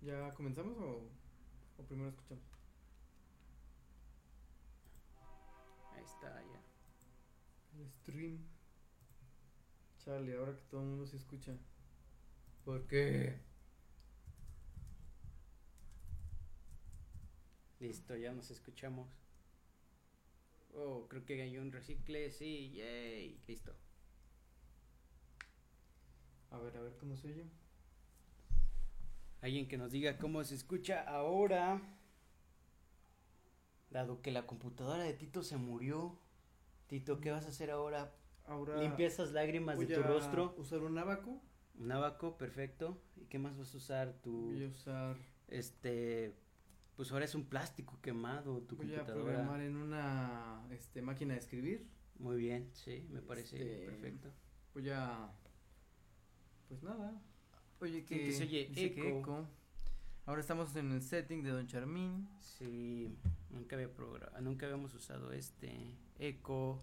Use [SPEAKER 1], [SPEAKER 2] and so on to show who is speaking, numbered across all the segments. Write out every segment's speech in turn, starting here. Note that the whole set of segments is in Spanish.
[SPEAKER 1] ¿Ya comenzamos o, o primero escuchamos?
[SPEAKER 2] Ahí está, ya.
[SPEAKER 1] El stream. Chale, ahora que todo el mundo se escucha. ¿Por qué?
[SPEAKER 2] Listo, ya nos escuchamos. Oh, creo que hay un recicle, sí, yay. Listo.
[SPEAKER 1] A ver, a ver cómo se oye.
[SPEAKER 2] Alguien que nos diga cómo se escucha ahora. Dado que la computadora de Tito se murió. Tito, ¿qué vas a hacer ahora?
[SPEAKER 1] Ahora
[SPEAKER 2] Limpia esas lágrimas de
[SPEAKER 1] Ah, voy
[SPEAKER 2] tu
[SPEAKER 1] a
[SPEAKER 2] rostro.
[SPEAKER 1] usar un abaco.
[SPEAKER 2] Un abaco, perfecto. ¿Y qué más vas a usar? Tu,
[SPEAKER 1] Voy a usar.
[SPEAKER 2] este, pues ahora es un plástico quemado tu
[SPEAKER 1] Voy a
[SPEAKER 2] computadora.
[SPEAKER 1] programar en una este, máquina de escribir.
[SPEAKER 2] Muy bien, sí, me parece
[SPEAKER 1] Este,
[SPEAKER 2] perfecto.
[SPEAKER 1] Voy a. Pues nada. Oye,
[SPEAKER 2] que se oye
[SPEAKER 1] dice que
[SPEAKER 2] eco.
[SPEAKER 1] eco. Ahora estamos en el setting de Don Charmín.
[SPEAKER 2] Sí, nunca había programado, nunca habíamos usado este eco.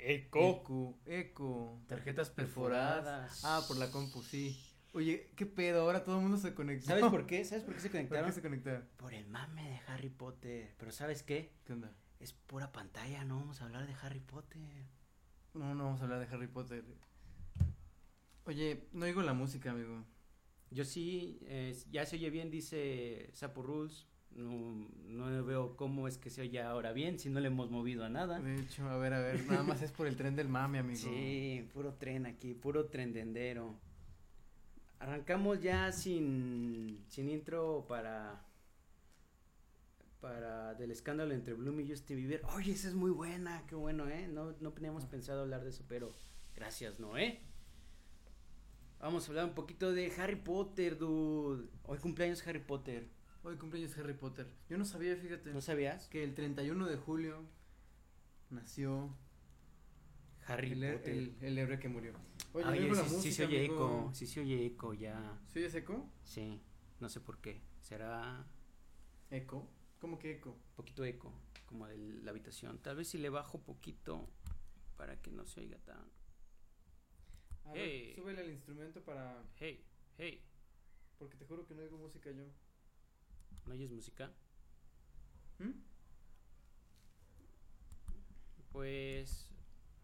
[SPEAKER 1] Eco, eco.
[SPEAKER 2] Tarjetas perforadas.
[SPEAKER 1] Ah, por la compu, sí. Oye, qué pedo, ahora todo el mundo se conectó.
[SPEAKER 2] ¿Sabes por qué? ¿Sabes por qué se
[SPEAKER 1] ¿Por
[SPEAKER 2] conectaron?
[SPEAKER 1] qué se conectaron?
[SPEAKER 2] Por el mame de Harry Potter. Pero ¿sabes qué?
[SPEAKER 1] ¿Qué onda?
[SPEAKER 2] Es pura pantalla, no vamos a hablar de Harry Potter.
[SPEAKER 1] No, no vamos a hablar de Harry Potter. Oye, no oigo la música, amigo.
[SPEAKER 2] Yo sí, eh, ya se oye bien, dice Sapo Rules. No, no veo cómo es que se oye ahora bien, si no le hemos movido a nada.
[SPEAKER 1] De hecho, a ver, a ver, nada más es por el tren del mame, amigo.
[SPEAKER 2] Sí, puro tren aquí, puro trendendero. Arrancamos ya sin, sin intro para para del escándalo entre Bloom y Justin Bieber. Oye, esa es muy buena, qué bueno, ¿eh? No, no teníamos pensado hablar de eso, pero gracias, Noé. Vamos a hablar un poquito de Harry Potter, dude. Hoy cumpleaños Harry Potter.
[SPEAKER 1] Hoy cumpleaños Harry Potter. Yo no sabía, fíjate,
[SPEAKER 2] ¿No sabías?
[SPEAKER 1] que el 31 de julio nació
[SPEAKER 2] Harry
[SPEAKER 1] el, her-
[SPEAKER 2] Potter.
[SPEAKER 1] el, el héroe que murió. Oye, no
[SPEAKER 2] Ay,
[SPEAKER 1] oigo
[SPEAKER 2] sí,
[SPEAKER 1] la
[SPEAKER 2] sí
[SPEAKER 1] música,
[SPEAKER 2] se oye
[SPEAKER 1] amigo.
[SPEAKER 2] eco, sí se oye eco ya.
[SPEAKER 1] ¿Se oye eco?
[SPEAKER 2] Sí, no sé por qué. Será
[SPEAKER 1] ¿Eco? ¿Cómo que eco?
[SPEAKER 2] poquito eco, como de la habitación. Tal vez si le bajo poquito para que no se oiga tan.
[SPEAKER 1] A ver,
[SPEAKER 2] Hey.
[SPEAKER 1] súbele al instrumento para...
[SPEAKER 2] Hey, hey,
[SPEAKER 1] Porque te juro que no oigo música yo.
[SPEAKER 2] ¿no oyes música?
[SPEAKER 1] ¿Mm?
[SPEAKER 2] Pues.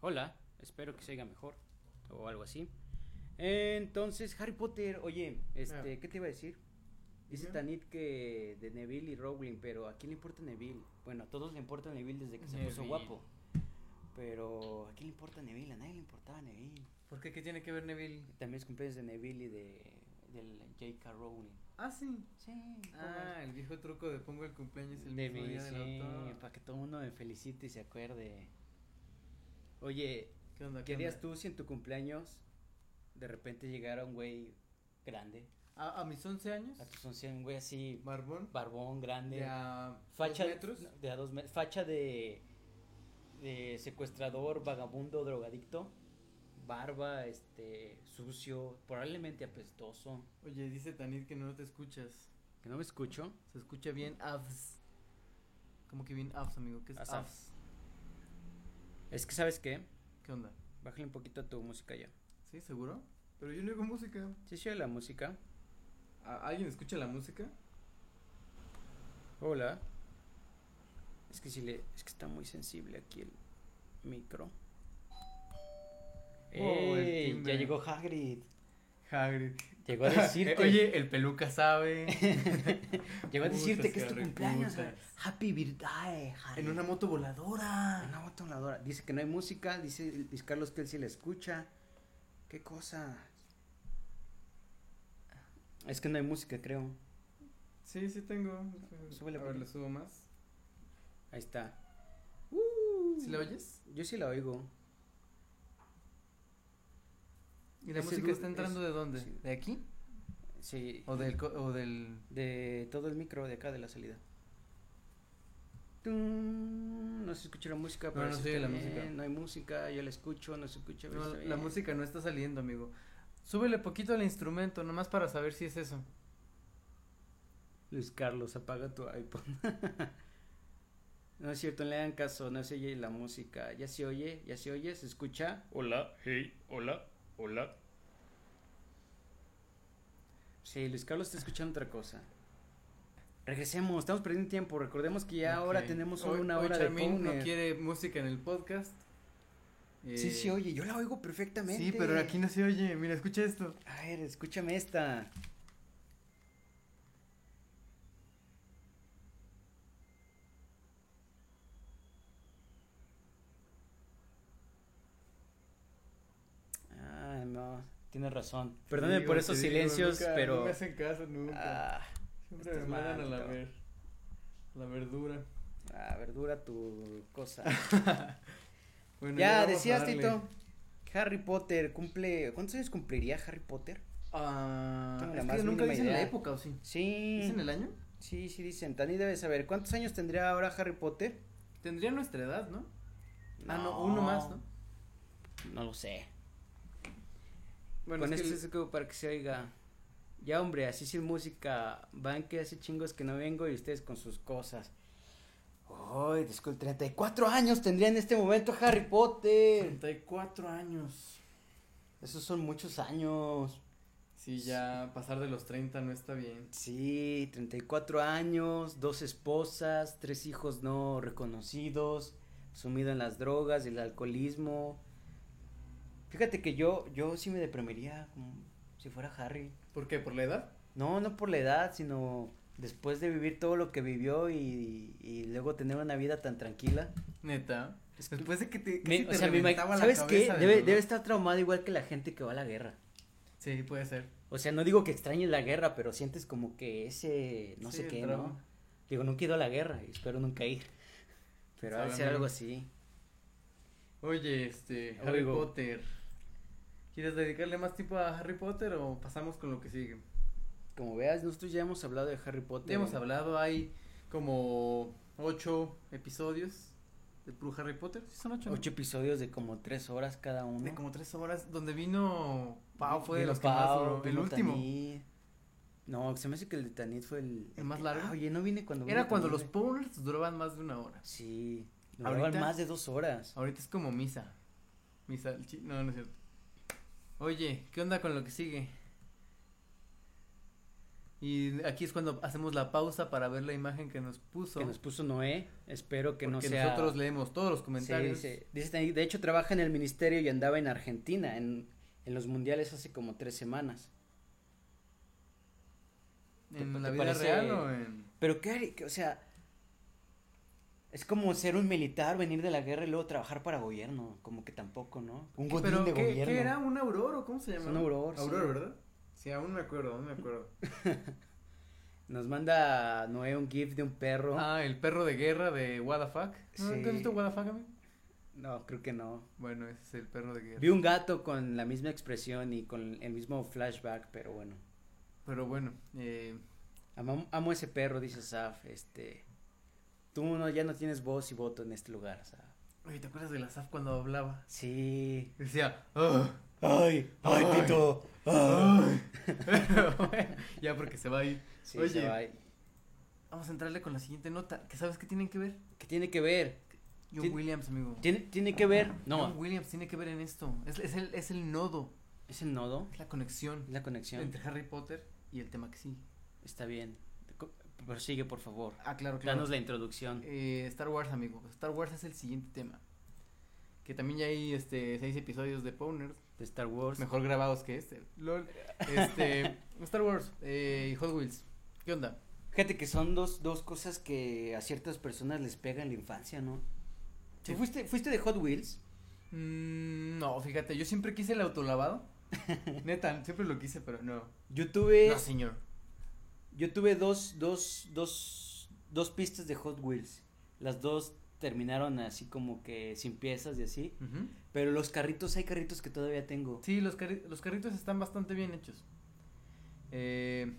[SPEAKER 2] Hola, espero que se oiga mejor o algo así. Entonces, Harry Potter, oye, este,
[SPEAKER 1] Ah.
[SPEAKER 2] ¿qué te iba a decir? Dice
[SPEAKER 1] Dime.
[SPEAKER 2] Tanit que de Neville y Rowling, pero ¿a quién le importa Neville? Bueno, a todos le importa Neville desde que se puso
[SPEAKER 1] Neville.
[SPEAKER 2] guapo. Pero ¿a quién le importa Neville? A nadie le importaba Neville.
[SPEAKER 1] ¿Por qué? ¿Qué tiene que ver Neville?
[SPEAKER 2] También es cumpleaños de Neville y de del J.K. Rowling.
[SPEAKER 1] Ah, sí.
[SPEAKER 2] Sí,
[SPEAKER 1] Ah, el viejo truco de pongo el cumpleaños el
[SPEAKER 2] de
[SPEAKER 1] mismo
[SPEAKER 2] mí,
[SPEAKER 1] día del
[SPEAKER 2] sí,
[SPEAKER 1] autor.
[SPEAKER 2] para que todo el mundo me felicite y se acuerde. Oye,
[SPEAKER 1] ¿Qué onda?
[SPEAKER 2] ¿qué
[SPEAKER 1] qué
[SPEAKER 2] harías
[SPEAKER 1] onda?
[SPEAKER 2] tú si en tu cumpleaños de repente llegara un güey grande?
[SPEAKER 1] A, a mis 11 años,
[SPEAKER 2] A tus 11, un güey así,
[SPEAKER 1] barbón,
[SPEAKER 2] barbón, grande.
[SPEAKER 1] de a
[SPEAKER 2] facha,
[SPEAKER 1] dos metros.
[SPEAKER 2] De a dos metros. Facha de, de secuestrador, vagabundo, drogadicto. Barba, este, sucio, probablemente apestoso.
[SPEAKER 1] Oye, dice Tanit que no te escuchas.
[SPEAKER 2] Que no me escucho.
[SPEAKER 1] Se escucha bien avs. ¿Cómo que bien avs, amigo? ¿Qué es
[SPEAKER 2] Asaf.
[SPEAKER 1] avs?
[SPEAKER 2] Es que, ¿sabes qué?
[SPEAKER 1] ¿Qué onda?
[SPEAKER 2] Bájale un poquito a tu música ya.
[SPEAKER 1] ¿Sí? ¿Seguro? Pero yo no oigo música.
[SPEAKER 2] Sí, sí, la música.
[SPEAKER 1] ¿A- ¿Alguien escucha la música?
[SPEAKER 2] Hola. Es que si le. Es que está muy sensible aquí el micro.
[SPEAKER 1] Oh, el
[SPEAKER 2] ¡Ey! ya
[SPEAKER 1] timbre.
[SPEAKER 2] llegó Hagrid.
[SPEAKER 1] Hagrid.
[SPEAKER 2] Llegó a decirte.
[SPEAKER 1] Oye, el peluca sabe.
[SPEAKER 2] llegó a decirte
[SPEAKER 1] putas,
[SPEAKER 2] que es tu
[SPEAKER 1] Harry,
[SPEAKER 2] cumpleaños. eh.
[SPEAKER 1] putas.
[SPEAKER 2] Happy birthday, Harry.
[SPEAKER 1] en una moto
[SPEAKER 2] En
[SPEAKER 1] voladora.
[SPEAKER 2] una moto voladora. Dice que no hay música. Dice Luis Carlos que él sí la escucha. ¿Qué cosa? Es que no hay música, creo.
[SPEAKER 1] Sí, sí tengo.
[SPEAKER 2] Súbele,
[SPEAKER 1] a ver,
[SPEAKER 2] por-
[SPEAKER 1] le subo más.
[SPEAKER 2] Ahí está.
[SPEAKER 1] ¿Sí la oyes?
[SPEAKER 2] Yo sí la oigo.
[SPEAKER 1] ¿Y la
[SPEAKER 2] Ese
[SPEAKER 1] música
[SPEAKER 2] du-
[SPEAKER 1] está entrando
[SPEAKER 2] es-
[SPEAKER 1] de dónde?
[SPEAKER 2] sí.
[SPEAKER 1] ¿De aquí?
[SPEAKER 2] Sí.
[SPEAKER 1] ¿O del, co- o del
[SPEAKER 2] De todo el micro de acá de la salida. Tun, No se escucha la música, pero
[SPEAKER 1] no
[SPEAKER 2] sí
[SPEAKER 1] se oye
[SPEAKER 2] está
[SPEAKER 1] la
[SPEAKER 2] bien,
[SPEAKER 1] música.
[SPEAKER 2] No hay música, yo la escucho, no se escucha. pero
[SPEAKER 1] No,
[SPEAKER 2] está
[SPEAKER 1] la
[SPEAKER 2] bien.
[SPEAKER 1] música no está saliendo, amigo. Súbele poquito al instrumento, nomás para saber si es eso.
[SPEAKER 2] Luis Carlos, apaga tu iPod. no es cierto, no le hagan caso, no se oye la música. Ya se oye, ya se oye, se escucha.
[SPEAKER 3] Hola, hey, hola, hola.
[SPEAKER 2] Sí, Luis Carlos está escuchando otra cosa. Regresemos, estamos perdiendo tiempo. Recordemos que ya ahora
[SPEAKER 1] Ok.
[SPEAKER 2] tenemos
[SPEAKER 1] Hoy-
[SPEAKER 2] solo una
[SPEAKER 1] hoy
[SPEAKER 2] hora de
[SPEAKER 1] Charmín no
[SPEAKER 2] Powner.
[SPEAKER 1] quiere música en el podcast.
[SPEAKER 2] Sí, sí,
[SPEAKER 1] Eh,
[SPEAKER 2] oye, yo la oigo perfectamente.
[SPEAKER 1] Sí, pero aquí no se oye. Mira, escucha esto.
[SPEAKER 2] A ver, escúchame esta. Ah, no, tienes razón. Perdónenme
[SPEAKER 1] Sí,
[SPEAKER 2] por
[SPEAKER 1] güey,
[SPEAKER 2] esos
[SPEAKER 1] te digo,
[SPEAKER 2] silencios,
[SPEAKER 1] nunca-
[SPEAKER 2] pero...
[SPEAKER 1] No me hacen caso nunca.
[SPEAKER 2] Ah,
[SPEAKER 1] Siempre
[SPEAKER 2] estás
[SPEAKER 1] me mandan
[SPEAKER 2] mal,
[SPEAKER 1] a la,
[SPEAKER 2] cabrón.
[SPEAKER 1] ver, la verdura.
[SPEAKER 2] ah, verdura tu cosa.
[SPEAKER 1] Bueno,
[SPEAKER 2] ya,
[SPEAKER 1] vamos a
[SPEAKER 2] decías,
[SPEAKER 1] darle.
[SPEAKER 2] Tito, Harry Potter cumple... ¿Cuántos años cumpliría Harry Potter?
[SPEAKER 1] Ah,
[SPEAKER 2] Tengo la
[SPEAKER 1] es
[SPEAKER 2] más
[SPEAKER 1] que nunca
[SPEAKER 2] mínima
[SPEAKER 1] dicen la
[SPEAKER 2] idea.
[SPEAKER 1] época, ¿o sí?
[SPEAKER 2] Sí.
[SPEAKER 1] ¿Dicen el año?
[SPEAKER 2] Sí, sí dicen. Tani debe saber. ¿Cuántos años tendría ahora Harry Potter?
[SPEAKER 1] Tendría nuestra edad, ¿no? Ah, no, uno más, ¿no?
[SPEAKER 2] No lo sé.
[SPEAKER 1] Bueno,
[SPEAKER 2] Con este-
[SPEAKER 1] es que
[SPEAKER 2] esto es como para que se oiga. Ya, hombre, así sin música. Van que hace chingos que no vengo y ustedes con sus cosas. Ay, disculpe, 34 años tendría en este momento Harry Potter.
[SPEAKER 1] 34 años.
[SPEAKER 2] Esos son muchos años.
[SPEAKER 1] Sí, ya pasar de los 30 no está bien.
[SPEAKER 2] Sí, 34 años, dos esposas, tres hijos no reconocidos, sumido en las drogas, el alcoholismo. Fíjate que yo, yo sí me deprimiría como si fuera Harry.
[SPEAKER 1] ¿Por qué? ¿Por la edad?
[SPEAKER 2] No, no por la edad, sino después de vivir todo lo que vivió y, y luego tener una vida tan tranquila.
[SPEAKER 1] Neta. Después de que te.
[SPEAKER 2] Me-
[SPEAKER 1] casi
[SPEAKER 2] o
[SPEAKER 1] te
[SPEAKER 2] sea, me imag-
[SPEAKER 1] reventaba la
[SPEAKER 2] ¿sabes qué?
[SPEAKER 1] cabeza del
[SPEAKER 2] Debe,
[SPEAKER 1] dolor.
[SPEAKER 2] debe estar traumado igual que la gente que va a la guerra.
[SPEAKER 1] Sí, puede ser.
[SPEAKER 2] O sea, no digo que extrañes la guerra, pero sientes como que ese, no
[SPEAKER 1] Sí,
[SPEAKER 2] sé
[SPEAKER 1] el
[SPEAKER 2] qué, ¿no?
[SPEAKER 1] trauma.
[SPEAKER 2] Digo, nunca he ido a la guerra y espero nunca ir. Pero ha de
[SPEAKER 1] Sabe,
[SPEAKER 2] ser
[SPEAKER 1] amigo.
[SPEAKER 2] algo así.
[SPEAKER 1] Oye, este, Harry
[SPEAKER 2] Oigo.
[SPEAKER 1] Potter. ¿Quieres dedicarle más tiempo a Harry Potter o pasamos con lo que sigue?
[SPEAKER 2] Como veas, nosotros ya hemos hablado de Harry Potter.
[SPEAKER 1] Ya hemos hablado, hay como ocho episodios de puro Harry Potter. ¿Sí son ocho? no?
[SPEAKER 2] Ocho episodios de como tres horas cada uno.
[SPEAKER 1] De como tres horas, donde vino Pau, fue de
[SPEAKER 2] Vino
[SPEAKER 1] los que más
[SPEAKER 2] Pau,
[SPEAKER 1] duró, el
[SPEAKER 2] vino
[SPEAKER 1] último.
[SPEAKER 2] Tanit. No, se me hace que el de Tanit fue el...
[SPEAKER 1] ¿El más largo?
[SPEAKER 2] Ah, oye, no vine cuando vino
[SPEAKER 1] Era cuando los
[SPEAKER 2] Tanit,
[SPEAKER 1] Powers duraban más de una hora.
[SPEAKER 2] ¿eh? Sí,
[SPEAKER 1] Ahorita-
[SPEAKER 2] duraban más de dos horas.
[SPEAKER 1] Ahorita es como misa. Misa, el chi- no, no es cierto. Oye, ¿qué onda con lo que sigue? Y aquí es cuando hacemos la pausa para ver la imagen que nos puso.
[SPEAKER 2] Que nos puso Noé, espero que
[SPEAKER 1] porque
[SPEAKER 2] no sea...
[SPEAKER 1] nosotros leemos todos los comentarios.
[SPEAKER 2] Sí, dice, dice también, de hecho trabaja en el ministerio y andaba en Argentina, en, en los mundiales hace como tres semanas. ¿Te-
[SPEAKER 1] ¿En la
[SPEAKER 2] te
[SPEAKER 1] vida
[SPEAKER 2] parece-
[SPEAKER 1] real o en.?
[SPEAKER 2] Pero qué, hari- que, o sea, es como ser un militar, venir de la guerra y luego trabajar para gobierno, como que tampoco, ¿no? Un godín
[SPEAKER 1] Pero,
[SPEAKER 2] de
[SPEAKER 1] ¿qué,
[SPEAKER 2] gobierno.
[SPEAKER 1] qué era? ¿Un auror o cómo se
[SPEAKER 2] Es
[SPEAKER 1] llama?
[SPEAKER 2] un auror, sí.
[SPEAKER 1] Auror, ¿verdad? Sí, aún me acuerdo, aún me acuerdo.
[SPEAKER 2] Nos manda Noé un gif de un perro.
[SPEAKER 1] Ah, el perro de guerra de WTF. ¿No, ¿Nunca
[SPEAKER 2] Sí.
[SPEAKER 1] has visto WTF a mí?
[SPEAKER 2] No, creo que no.
[SPEAKER 1] Bueno, ese es el perro de guerra.
[SPEAKER 2] Vi un gato con la misma expresión y con el mismo flashback, pero bueno.
[SPEAKER 1] Pero bueno, eh,
[SPEAKER 2] Amo, amo ese perro, dice Saf, este... Tú no, ya no tienes voz y voto en este lugar, Saf.
[SPEAKER 1] oye, ¿te acuerdas de la SAF cuando hablaba?
[SPEAKER 2] Sí.
[SPEAKER 1] Decía, "Ah, "Ugh,
[SPEAKER 2] Ay, ay,
[SPEAKER 1] Ay.
[SPEAKER 2] Tito.
[SPEAKER 1] ugh". ah". ya porque se va a ir.
[SPEAKER 2] Sí,
[SPEAKER 1] Oye.
[SPEAKER 2] se va ahí.
[SPEAKER 1] Vamos a entrarle con la siguiente nota, que sabes que tienen que ver.
[SPEAKER 2] ¿Qué tiene que ver?
[SPEAKER 1] John
[SPEAKER 2] Tien-
[SPEAKER 1] Williams, amigo.
[SPEAKER 2] ¿Tiene, tiene que ver?
[SPEAKER 1] John
[SPEAKER 2] No,
[SPEAKER 1] Williams tiene que ver en esto. Es, es el, es el nodo,
[SPEAKER 2] es el nodo,
[SPEAKER 1] es la conexión
[SPEAKER 2] es la conexión.
[SPEAKER 1] entre Harry Potter y el tema que sigue.
[SPEAKER 2] Está bien. Co- Prosigue, por favor.
[SPEAKER 1] Ah, claro, claro.
[SPEAKER 2] Danos la introducción.
[SPEAKER 1] Eh, Star Wars, amigo. Star Wars es el siguiente tema. Que también ya hay este, seis episodios de Powner
[SPEAKER 2] De Star Wars.
[SPEAKER 1] mejor grabados que este. Lol. Este, Star Wars eh, y Hot Wheels. ¿Qué onda?
[SPEAKER 2] Fíjate que son dos, dos cosas que a ciertas personas les pega en la infancia, ¿no?
[SPEAKER 1] Sí.
[SPEAKER 2] ¿Tú fuiste, fuiste de Hot Wheels?
[SPEAKER 1] Mm, no, fíjate, yo siempre quise el autolavado. Neta, siempre lo quise, pero no.
[SPEAKER 2] Yo tuve,
[SPEAKER 1] No, señor.
[SPEAKER 2] yo tuve dos, dos, dos, dos pistas de Hot Wheels. Las dos terminaron así como que sin piezas y así.
[SPEAKER 1] Ujú.
[SPEAKER 2] Pero los carritos, hay carritos que todavía tengo.
[SPEAKER 1] Sí, los, carri- los carritos están bastante bien hechos. Eh,